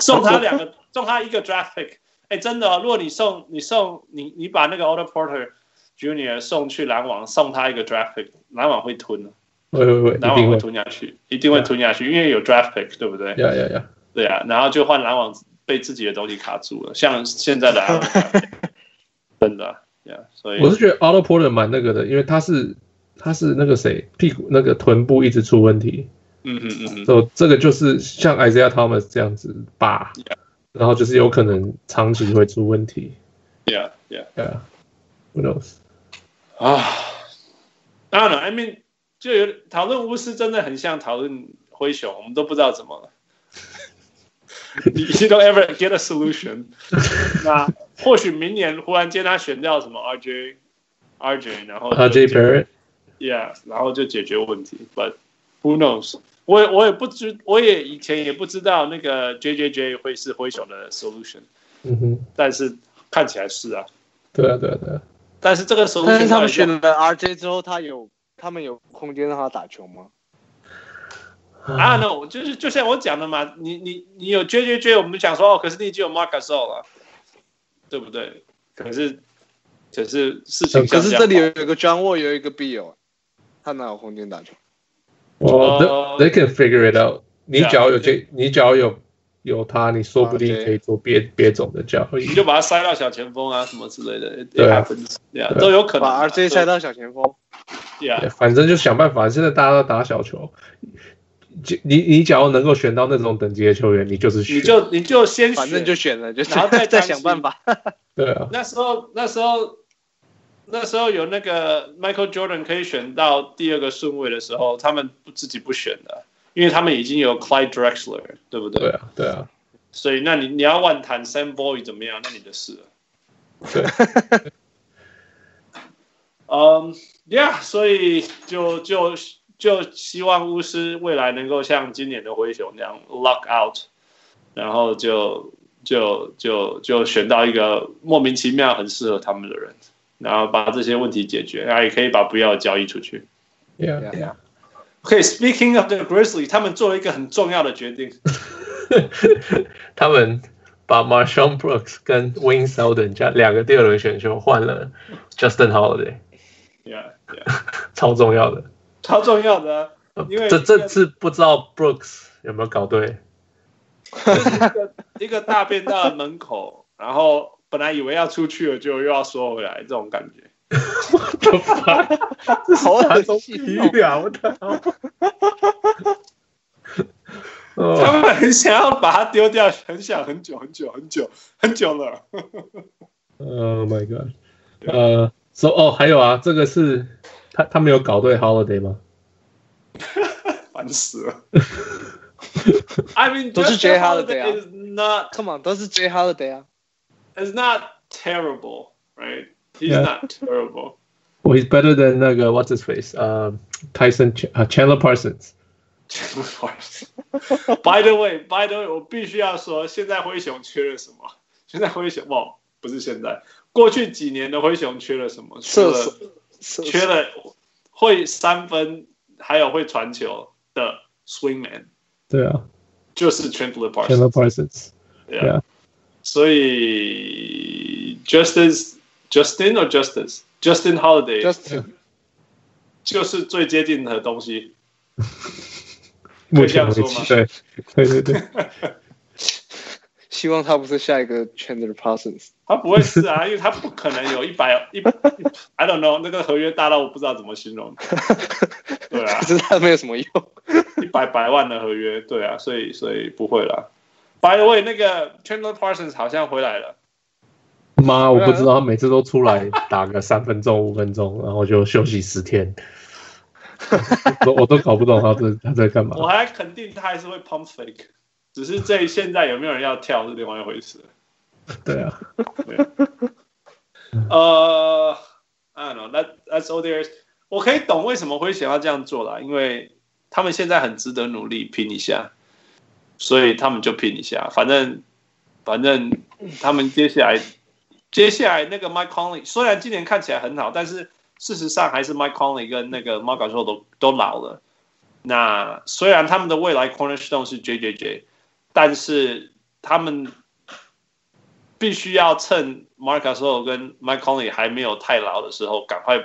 Speaker 1: 送他两个，送他一个 draft pick。哎，真的哦、如果你送你送你你把那个 Otto Porter Junior 送去篮网，送他一个 draft pick，篮网会吞的。
Speaker 2: 喂喂喂，一
Speaker 1: 篮网
Speaker 2: 定
Speaker 1: 会
Speaker 2: 会，啊
Speaker 1: 吞下去，一定会吞下去，因为有 draft pick，对不对？
Speaker 2: 呀呀呀，
Speaker 1: 对啊，然后就换篮网被自己的东西卡住了，像现 在的篮网，真的啊，yeah，所以
Speaker 2: 我是觉得 Auto Porter 蛮那个的，因为他是他是那个谁屁股那个臀部一直出问题，
Speaker 1: 嗯嗯嗯嗯，
Speaker 2: 所以这个就是像 Isaiah Thomas 这样子吧
Speaker 1: Yeah.，
Speaker 2: 然后就是有可能长期会出问题。
Speaker 1: yeah yeah
Speaker 2: Yeah, who knows？
Speaker 1: 啊当然了，I mean，就有讨论巫师真的很像讨论灰熊，我们都不知道怎 么了。你 you don't ever get a solution 那或许明年忽然间他选掉什么 RJ RJ，然后就
Speaker 2: RJ
Speaker 1: 解决
Speaker 2: 啊 Barrett，
Speaker 1: Yeah，然后就解决问题。But who knows？我也我也不知，我也以前也不知道那个 J J J 会是灰熊的 solution，
Speaker 2: 嗯哼，
Speaker 1: 但是看起来是啊。
Speaker 2: 对啊，对啊，对啊，
Speaker 1: 但是这个 solution
Speaker 3: 但是他们选
Speaker 1: 到底
Speaker 3: 了 RJ 之后，他有他们有空间让他打球吗？
Speaker 1: 啊，no，就是就像我讲的嘛，你你你有 J J J，我们就想说哦，可是你已经有 Marcus 了，对不对？可是可是事
Speaker 2: 嗯
Speaker 1: 情
Speaker 3: 可
Speaker 1: 像
Speaker 3: 是
Speaker 1: 样
Speaker 3: 这里
Speaker 1: 吧
Speaker 3: 有一个 John Wall，有一个 b i l 他哪有空间打球？
Speaker 2: Well, they, they can figure it out. 你只要有这，你只要有有他，你说不定
Speaker 3: 啊对
Speaker 2: 可以做别别种的交易
Speaker 1: 你。就把它塞到小前锋啊什么之类的，
Speaker 2: 对啊
Speaker 1: it happens，对啊，
Speaker 2: 对啊
Speaker 1: 都有可能啊。
Speaker 3: 把 RJ 塞到小前锋，
Speaker 1: 对啊，
Speaker 2: 反正就想办法。现在大家都打小球，就你你只要能够选到那种等级的球员，你就是选
Speaker 1: 你就你就先选
Speaker 3: 反正就选了，就
Speaker 1: 然后再
Speaker 3: 再
Speaker 1: 担心
Speaker 3: 想办法。
Speaker 2: 对啊，
Speaker 1: 那时候那时候那时候有那个 Michael Jordan 可以选到第二个顺位的时候，他们不自己不选的，因为他们已经有 Clyde Drexler，对不对？
Speaker 2: 对啊，对啊，
Speaker 1: 所以那你你要乱谈 Sam Boy 怎么样，那你的事了。
Speaker 2: 对。
Speaker 1: 嗯、y e a h 所以就就就希望巫师未来能够像今年的灰熊那样 lock out，然后就就就就选到一个莫名其妙很适合他们的人，然后把这些问题解决，然啊后也可以把不要的交易出去。
Speaker 2: Yeah.
Speaker 3: Yeah.
Speaker 1: OK，Speaking、of the Grizzly，他们做了一个很重要的决定，
Speaker 2: 他们把 Marshawn Brooks 跟 Wayne Selden 加两个第二轮选秀换了 Justin Holiday，
Speaker 1: yeah, yeah.
Speaker 2: 超重要的。呃
Speaker 1: 超重要的啊、因为
Speaker 2: 这这次不知道 Brooks 有没有搞对，
Speaker 1: 就是一个一个大便到门口，然后本来以为要出去了，就又要缩回来，这种感 觉。
Speaker 2: 这 fuck
Speaker 3: 好恶
Speaker 2: 低
Speaker 3: 心哦！
Speaker 2: 调 的。
Speaker 1: 他
Speaker 2: 哦，
Speaker 1: 们很想要把它丢掉，很想很久很久很久很久了。
Speaker 2: Oh my god，呃，so 哦，还有啊，这个是他他们有搞对 Holiday 吗？
Speaker 1: 烦死了。I mean，
Speaker 3: 都是
Speaker 1: Justin
Speaker 3: Jay Holiday 啊
Speaker 1: Is not
Speaker 3: Come on，都是 J Holiday 啊，
Speaker 1: is not terrible, right? He's
Speaker 2: Yeah.
Speaker 1: not terrible.
Speaker 2: 我 he's better than 那个 what's his face，呃，Tyson Ch- 呃 Chandler Parsons。
Speaker 1: by the way, by the way，我必须要说，现在灰熊缺了什么？现在灰熊，哇，不是现在，过去几年的灰熊缺了什么？缺
Speaker 3: 射
Speaker 1: 了
Speaker 3: 手。是
Speaker 1: 缺了会三分，还有会传球的 swing man，
Speaker 2: 对啊
Speaker 1: 就是 Chandler Parsons。
Speaker 2: ，Chandler Parsons。
Speaker 1: 对
Speaker 2: yeah
Speaker 1: 啊，所以 Justice Justin or Justice Justin Holiday
Speaker 3: Justin
Speaker 1: 就是最接近的东西。
Speaker 2: 目前为
Speaker 1: 可以这样
Speaker 2: 止，
Speaker 1: 说
Speaker 2: 对，对对 对，
Speaker 3: 希望他不是下一个 Chandler Parsons。
Speaker 1: 他不会是啊，因为他不可能有一百一，I don't know，那个合约大到我不知道怎么形容。对啊
Speaker 3: 可，是他没有什么用。
Speaker 1: 一百百万的合约，对啊，所以所以不会啦。By the way，那个 Chandler Parsons 好像回来了。
Speaker 2: 妈，我不知道，他每次都出来打个三分钟、五分钟，然后就休息十天，我我都搞不懂他在他在干嘛。
Speaker 1: 我还肯定他还是会 pump fake，只是这现在有没有人要跳是另外一回事。
Speaker 2: 对啊，
Speaker 1: 呃、i don't know that that's all there is。我可以懂为什么会想要这样做啦，因为他们现在很值得努力拼一下，所以他们就拼一下。反正反正他们接下来 接下来那个 Mike Conley 虽然今年看起来很好，但是事实上还是 Mike Conley 跟那个 Marc g a s o 都都老了。那虽然他们的未来 cornerstone 是 JJJ，但是他们必须要趁 Marc g a s o 跟 Mike Conley 还没有太老的时候，赶快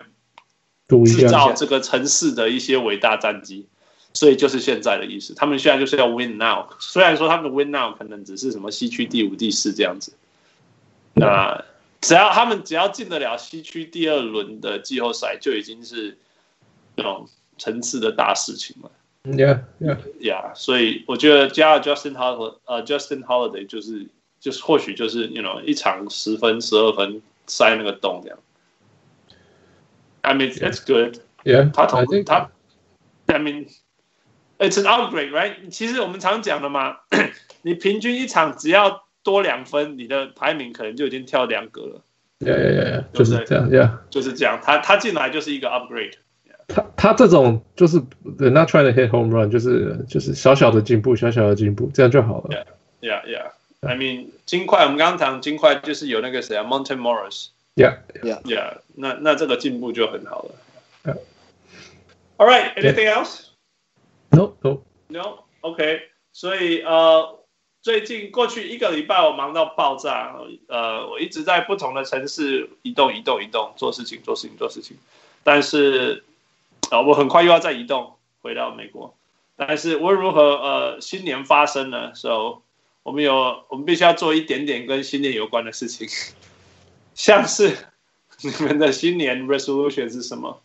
Speaker 2: 赌一
Speaker 1: 制
Speaker 2: 下，
Speaker 1: 造这个城市的一些伟大战绩。所以就是现在的意思，他们现在就是要 win now。虽然说他们的 win now 可能只是什么西区第五、第四这样子，那只要他们只要进得了西区第二轮的季后赛，就已经是那种层次的大事情了。
Speaker 2: yeah yeah，
Speaker 1: 呀所以我觉得加了 Justin Holiday，呃，Justin Holiday 就是就是或许就是 you know 一场十分、十二分塞那个洞这样。I mean it's good，
Speaker 2: yeah，
Speaker 1: 他投
Speaker 2: I think-
Speaker 1: 他，I mean it's an upgrade right？其实我们常讲的嘛，你平均一场只要多两分，你的排名可能就已经跳两格了，
Speaker 2: yeah yeah yeah，yeah，
Speaker 1: 对
Speaker 2: 就是这样，yeah。
Speaker 1: 就是这样。他他进来就是一个 upgrade，
Speaker 2: 他他这种就是 they're not trying to hit home run，就是就是小小的进步，小小的进步，这样就好了。
Speaker 1: yeah yeah。I mean 金块，我们刚刚讲金块就是有那个谁啊，Mountain Morris。
Speaker 2: Yeah，
Speaker 1: Yeah，那那这个进步就很好了。
Speaker 2: Yeah.
Speaker 1: All right, anything else?
Speaker 2: no no，
Speaker 1: No. OK，所以呃，最近过去一个礼拜我忙到爆炸，呃，我一直在不同的城市移动、移动、移动，做事情、做事情、做事情。但是，呃，我很快又要再移动回到美国。但是无论如何，呃，新年发生了，so 我们有我们必须要做一点点跟新年有关的事情，像是你们的新年 resolution 是什么？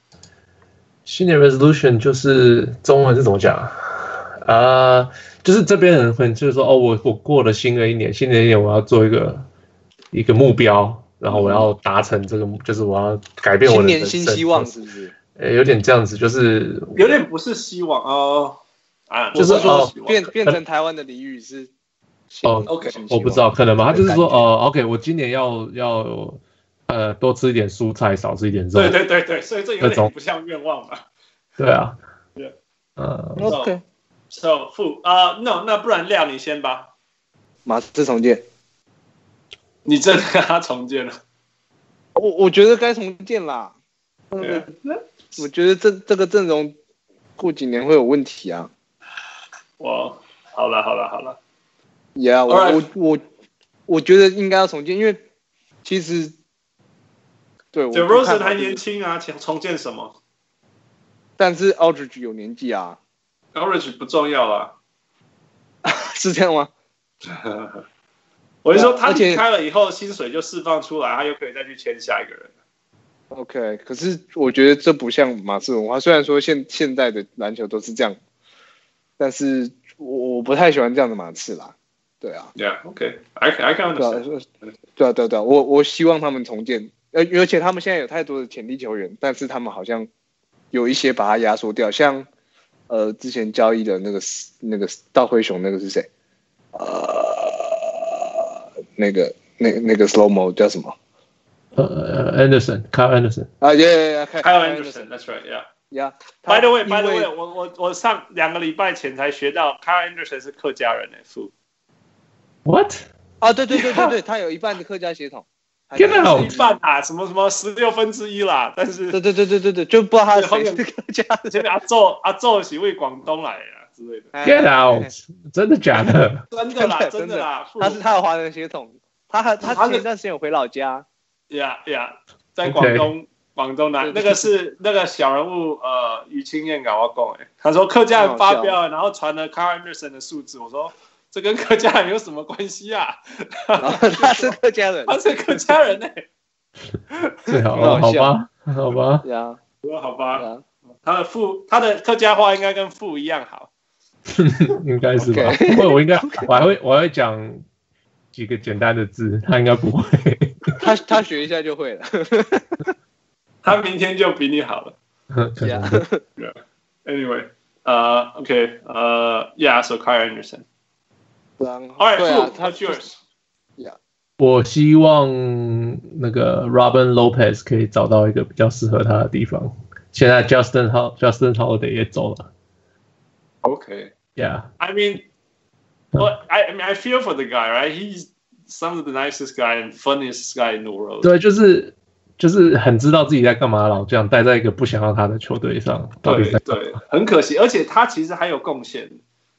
Speaker 2: 新年 resolution 就是中文是怎么讲啊？呃，就是这边人很就是说，哦，我我过了新的一年，新的一年我要做一个一个目标，然后我要达成这个目，就是我要改变我
Speaker 3: 新
Speaker 2: 的
Speaker 3: 年
Speaker 2: 人
Speaker 3: 新
Speaker 2: 生
Speaker 3: 希望，是不是？
Speaker 2: 呃，有点这样子，就是
Speaker 1: 有点不是希望哦，啊，
Speaker 2: 就是
Speaker 1: 我不
Speaker 2: 哦
Speaker 1: 希望
Speaker 3: 变变成台湾的俚语是新
Speaker 2: 哦
Speaker 3: ，OK，
Speaker 2: 我不知道，可能吧。他就是说，
Speaker 3: 感觉
Speaker 2: 哦，OK，我今年要要呃多吃一点蔬菜，少吃一点肉
Speaker 1: 对，对对对，所以这有
Speaker 2: 那种
Speaker 1: 点不像愿望嘛。
Speaker 2: 对啊
Speaker 1: 对，
Speaker 2: 呃，
Speaker 3: ，OK，
Speaker 1: So 付啊、no，那不然亮你先吧，
Speaker 3: 马这重建，
Speaker 1: 你真的跟他重建了。
Speaker 3: 我我觉得该重建啦。
Speaker 1: 对啊
Speaker 3: 我觉得这这个阵容过几年会有问题啊。
Speaker 1: 我好了好了好了，
Speaker 3: Yeah，我
Speaker 1: Alright
Speaker 3: 我我我觉得应该要重建，因为其实对我
Speaker 1: 对
Speaker 3: 不看
Speaker 1: Rosen
Speaker 3: 好
Speaker 1: 还
Speaker 3: 这个
Speaker 1: 年轻啊，重重建什么
Speaker 3: 但是 Aldridge 有年纪啊，
Speaker 1: ？Orange 不重要啊。
Speaker 3: 是这样吗？
Speaker 1: 我是说他
Speaker 3: 而且
Speaker 1: 离开了以后，薪水就释放出来，他又可以再去签下一个人。
Speaker 3: OK，可是我觉得这不像马刺文化。虽然说现现在的篮球都是这样，但是我我不太喜欢这样的马刺啦。对啊，
Speaker 1: Yeah，OK，I、I can
Speaker 3: 对啊
Speaker 1: understand。，
Speaker 3: 对啊，对啊，对啊，我我希望他们重建，而而且他们现在有太多的潜力球员，但是他们好像有一些把它压缩掉，像呃之前交易的那个那个大灰熊那个是谁？呃，那个那那个 slow mo 叫什么？
Speaker 2: 呃呃，Anderson，Kyle Anderson，
Speaker 3: 啊，耶耶耶，还
Speaker 1: 还有 Anderson，That's right，Yeah。
Speaker 3: 呀
Speaker 1: By the way，By the way，我我我上两个礼拜前才学到 Kyle Anderson 是客家人诶、欸父
Speaker 2: What？
Speaker 3: 啊，对对对对对，他有一半的客家 血统。
Speaker 2: Get out
Speaker 1: 一半啊，什么什么十六分之一啦，但是
Speaker 3: 对对对对对对，就不知道他是谁
Speaker 1: 对后
Speaker 3: 是
Speaker 1: 面
Speaker 3: 客家
Speaker 1: 这个阿昼阿昼是为广东来的啊之类的，
Speaker 3: 的。
Speaker 2: Get out！真的假 的？
Speaker 1: 真的啦，
Speaker 3: 真的
Speaker 1: 真的啦，
Speaker 3: 他是他有华人血统，他还他
Speaker 1: 他是
Speaker 3: 前一段时间有回老家。
Speaker 1: 呀呀，在广东广东来
Speaker 3: 对，
Speaker 1: 那个是那个小人物呃于清燕搞我讲哎，他说客家人发
Speaker 3: 很好
Speaker 1: 飙，然后传了 Carl Anderson 的数字，我说这跟客家人有什么关系 啊？
Speaker 3: 然后他是客家人，
Speaker 1: 他是客家人哎，
Speaker 2: 最好
Speaker 3: 很好
Speaker 2: 了，好
Speaker 3: 笑
Speaker 2: 吧，好吧，
Speaker 3: 对啊，
Speaker 1: 我 说好
Speaker 3: 对
Speaker 1: 吧，
Speaker 3: 啊
Speaker 1: 他的父他的客家话应该跟父一样好，
Speaker 2: 应该是吧？
Speaker 3: OK
Speaker 2: 不会，我应 该我还会我还会讲几个简单的字，他应该不会。
Speaker 3: 他他学一下就会了。
Speaker 1: 他明天就比你好了。
Speaker 2: 可
Speaker 3: 对
Speaker 2: 能
Speaker 3: 啊
Speaker 2: 吧
Speaker 1: Anyway，呃，OK，呃，Yeah，so uh, Carl Anderson。
Speaker 3: 然后
Speaker 1: All
Speaker 3: 对啊
Speaker 1: right，，
Speaker 3: 他
Speaker 1: what's yours？
Speaker 2: 我希望那个 Robin Lopez 可以找到一个比较适合他的地方。现在 Justin Hol Justin Holiday 也走了
Speaker 1: Okay.
Speaker 2: ，Yeah，
Speaker 1: I mean, well, I, I mean, I feel for the guy, right? He's some of the nicest guy and funniest guy in the world.
Speaker 2: 对，就是就是很知道自己在干嘛，老这样待在一个不想要他的球队上，到底在
Speaker 1: 对对，很可惜，而且他其实还有贡献。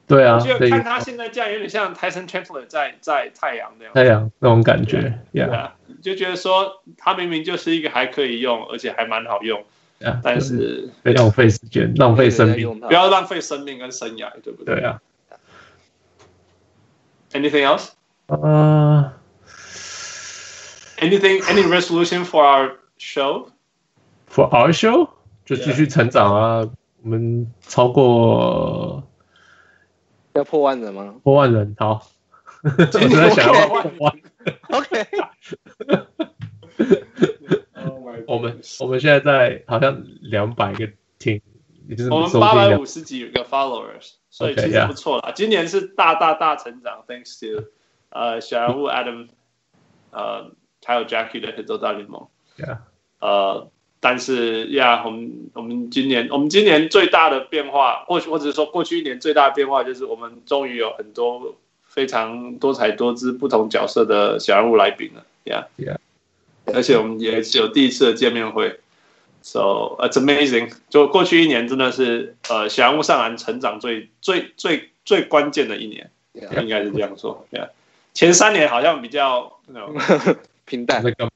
Speaker 2: 对啊，
Speaker 1: 我觉
Speaker 2: 所
Speaker 1: 得
Speaker 2: 以
Speaker 1: 看他现在这样，有点像 Tyson Chandler 在在太阳那样。
Speaker 2: 太阳那种感觉
Speaker 1: 对
Speaker 2: ，Yeah，
Speaker 1: 啊，就觉得说他明明就是一个还可以用，而且还蛮好用，啊但是
Speaker 2: 被浪费时间，浪费生
Speaker 3: 没有
Speaker 2: 命，
Speaker 1: 不
Speaker 3: 人在用他
Speaker 1: 要浪费生命跟生涯，对不
Speaker 2: 对啊，
Speaker 1: ？Anything else?
Speaker 2: 啊，
Speaker 1: Anything? Any resolution for our show?
Speaker 2: For our show，就继续成长啊！我们超过
Speaker 3: 要破万人吗
Speaker 2: 破万人，好， 我
Speaker 1: 今
Speaker 2: 正
Speaker 1: 年
Speaker 2: 在 想
Speaker 1: 我
Speaker 2: 要
Speaker 1: 们
Speaker 2: 破万。
Speaker 3: ？OK，
Speaker 1: Oh my
Speaker 2: 我们
Speaker 1: goodness
Speaker 2: 我们现在在好像两百个听，也就是
Speaker 1: 我们
Speaker 2: 收
Speaker 1: 八
Speaker 2: 听
Speaker 1: 百
Speaker 2: 量
Speaker 1: 五十几个 followers，所以
Speaker 2: OK，
Speaker 1: 其实
Speaker 2: yeah
Speaker 1: 不错啦。今年是大大大成长，thanks to 呃小人物 Adam，呃还有 Jackie 的黑豆大联盟，
Speaker 2: Yeah
Speaker 1: 呃，但是呀，我们我们今年我们今年最大的变化，或许我只是说过去一年最大的变化就是我们终于有很多非常多彩多姿、不同角色的小人物来宾了，Yeah
Speaker 2: Yeah
Speaker 1: 而且我们也是有第一次的见面会。So it's amazing。就过去一年真的是呃，小人物上篮成长最最最最关键的一年。应该是这样说。Yeah. 前三年好像比较那种，
Speaker 3: 平淡。
Speaker 2: 那个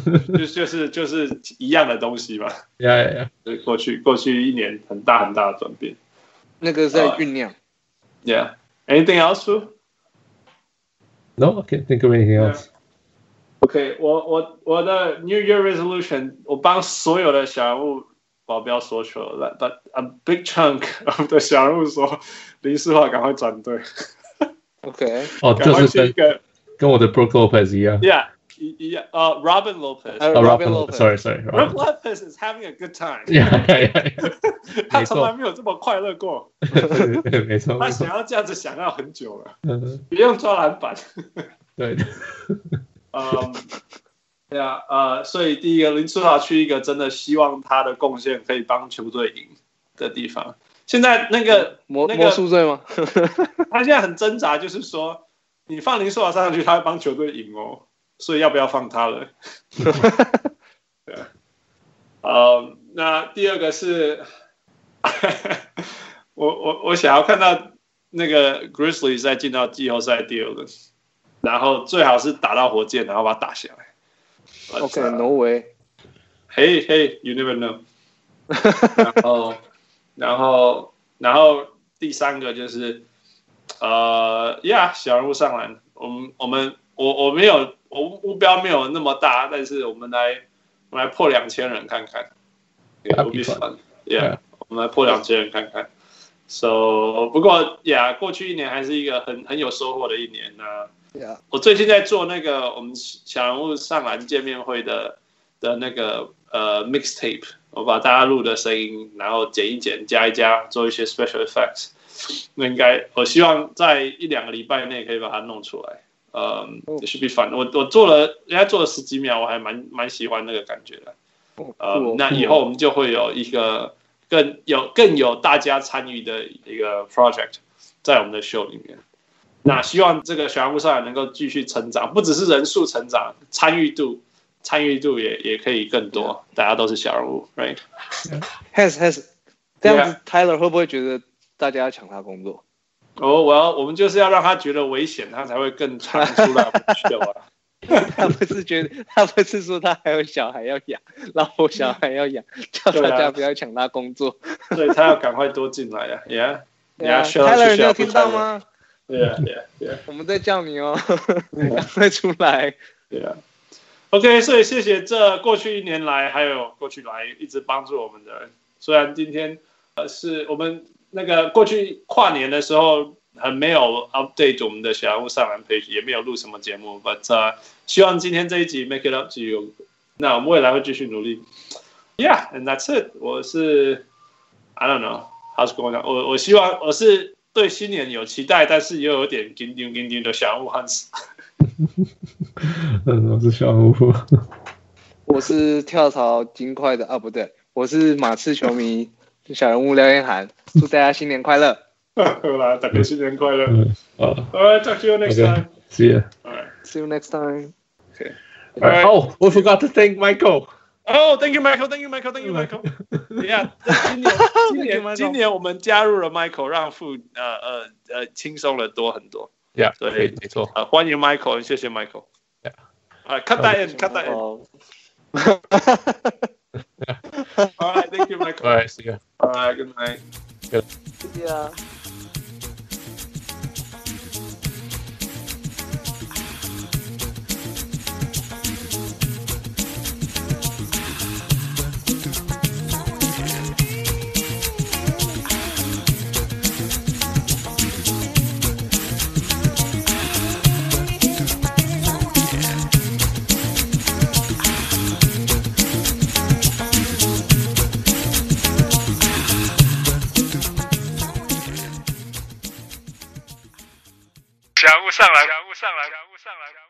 Speaker 1: 就就是就是一样的东西吧。
Speaker 2: 呀呀，
Speaker 1: 就是过去过去一年很大很大的转变。
Speaker 3: 那个在酝酿。
Speaker 1: Yeah. Anything else? Fu?
Speaker 2: no, I can't think of anything else.
Speaker 1: OK，我我我的 New Year resolution，我帮所有的小人物保镖所求了，but a big chunk of 的小人物说，林书豪赶快转队，
Speaker 3: OK，
Speaker 2: 哦，
Speaker 1: 赶
Speaker 2: Oh，就
Speaker 1: 快
Speaker 2: 是
Speaker 1: 去一
Speaker 2: 跟
Speaker 1: 个
Speaker 2: 跟我的 Brook Lopez 一样。
Speaker 1: ，Yeah，一一样，呃，Robin Lopez。
Speaker 3: 还有
Speaker 2: Oh,
Speaker 3: Robin
Speaker 2: Robin
Speaker 3: Lopez
Speaker 2: Lopez，sorry, sorry.
Speaker 1: Rob
Speaker 2: Robin.
Speaker 1: Lopez is having a good time，
Speaker 2: Yeah, yeah,
Speaker 1: 他从来没有这么快乐过，
Speaker 2: yeah. 没错，
Speaker 1: 他
Speaker 2: 没错
Speaker 1: 想。要这样子想要很久了，
Speaker 2: 嗯，
Speaker 1: 不用抓篮板。
Speaker 2: 对，
Speaker 1: 嗯，对啊，呃，所以第一个林书豪去一个真的希望他的贡献可以帮球队赢的地方。现在那个
Speaker 3: 魔
Speaker 1: 那个
Speaker 3: 魔术队吗？
Speaker 1: 他现在很挣扎，就是说你放林书豪上去，他会帮球队赢哦，所以要不要放他了？对啊，呃，那第二个是， 我我我想要看到那个 Grizzly 再进到季后赛第二轮，然后最好是打到火箭，然后把它打下来。But,
Speaker 3: OK，
Speaker 1: uh,
Speaker 3: 挪威。
Speaker 1: Hey, hey, you never know 然后，然后，然后第三个就是，呃，Yeah，小人物上篮。我们，我们，我我没有，我目标没有那么大，但是我们来，我们来破两千人看看。
Speaker 2: Yeah,
Speaker 1: It'll be
Speaker 2: be fun.
Speaker 1: fun.
Speaker 2: Yeah.
Speaker 1: Yeah，我们来破两千人看看。So，不过，Yeah，过去一年还是一个很很有收获的一年呢、
Speaker 3: Yeah，
Speaker 1: 我最近在做那个我们小人物上篮见面会的的那个呃 mixtape，我把大家录的声音，然后剪一剪，加一加，做一些 special effects。那应该我希望在一两个礼拜内可以把它弄出来。嗯、
Speaker 3: 哦
Speaker 1: i t should be fun 我。我做了，人家做了十几秒，我还蛮蛮喜欢那个感觉的。
Speaker 3: 哦
Speaker 1: 呃、
Speaker 3: 酷哦
Speaker 1: 那以后我们就会有一个更有更有大家参与的一个 project 在我们的 show 里面。那希望这个小人物赛能够继续成长，不只是人数成长，参与度参与度也也可以更
Speaker 3: 啊
Speaker 1: 多。大家都是小人物，right？
Speaker 3: has has，这样子 Tyler 会不会觉得大家要抢他工 作？
Speaker 1: 哦，我要我们就是要让他觉得危险，他才会更常出来秀 啊。
Speaker 3: 他不是觉得，他不是说他还有小孩要养，老婆小孩要养，叫
Speaker 1: 对啊
Speaker 3: 大家不要抢他工作。
Speaker 1: 所以他要赶快多进来呀、啊、，Yeah，
Speaker 3: 对啊
Speaker 1: shout out to
Speaker 3: ，Tyler，你有
Speaker 1: Shelby
Speaker 3: 听到吗？
Speaker 1: ？Yeah，Yeah，Yeah，Yeah。Yeah, yeah,
Speaker 3: 我们在叫你哦，
Speaker 1: 嗯
Speaker 3: 赶快出来。
Speaker 1: yeah. 啊 OK，所以谢谢这过去一年来，还有过去来一直帮助我们的人。虽然今天呃是我们那个过去跨年的时候很没有 update 我们的小人物上篮 page，也没有录什么节目，but、呃、希望今天这一集 make it up to you。那我们未来会继续努力。Yeah，and that's it。我是 I don't know how's going on 我。我希望我是对新年有期待，但是又有点紧张紧张的小人物汉斯。
Speaker 2: 嗯，我是小 人物。
Speaker 3: 我是跳槽金块的，啊不对，我是马刺球迷小人物廖彦涵，祝大家新年快乐。
Speaker 1: 好啦，大家新年快乐。
Speaker 2: 嗯，啊
Speaker 1: Alright, talk to you next
Speaker 2: ，OK，
Speaker 1: time.
Speaker 2: See ya.
Speaker 1: Alright.
Speaker 3: See you next time.
Speaker 1: Alright.
Speaker 2: Oh, we forgot to thank Michael.
Speaker 1: Oh, thank you, Michael. Thank you, Michael. Thank you, Michael. Yeah，今 年今
Speaker 3: Thank you,
Speaker 1: 年
Speaker 3: Michael.
Speaker 1: 今年我们加入了 Michael，让付呃呃呃轻松了多很多。
Speaker 2: Yeah，
Speaker 1: 对
Speaker 2: 对，没错。
Speaker 1: 呃，欢迎 Michael，谢谢 Michael。
Speaker 2: Yeah.
Speaker 1: 啊，cut that in，cut that in。
Speaker 3: 哦
Speaker 1: Alright, thank you, Michael.
Speaker 2: All right, see ya.
Speaker 1: Alright, good night.
Speaker 3: y e
Speaker 4: 强物上来，强物上来，强物上来，强物上来。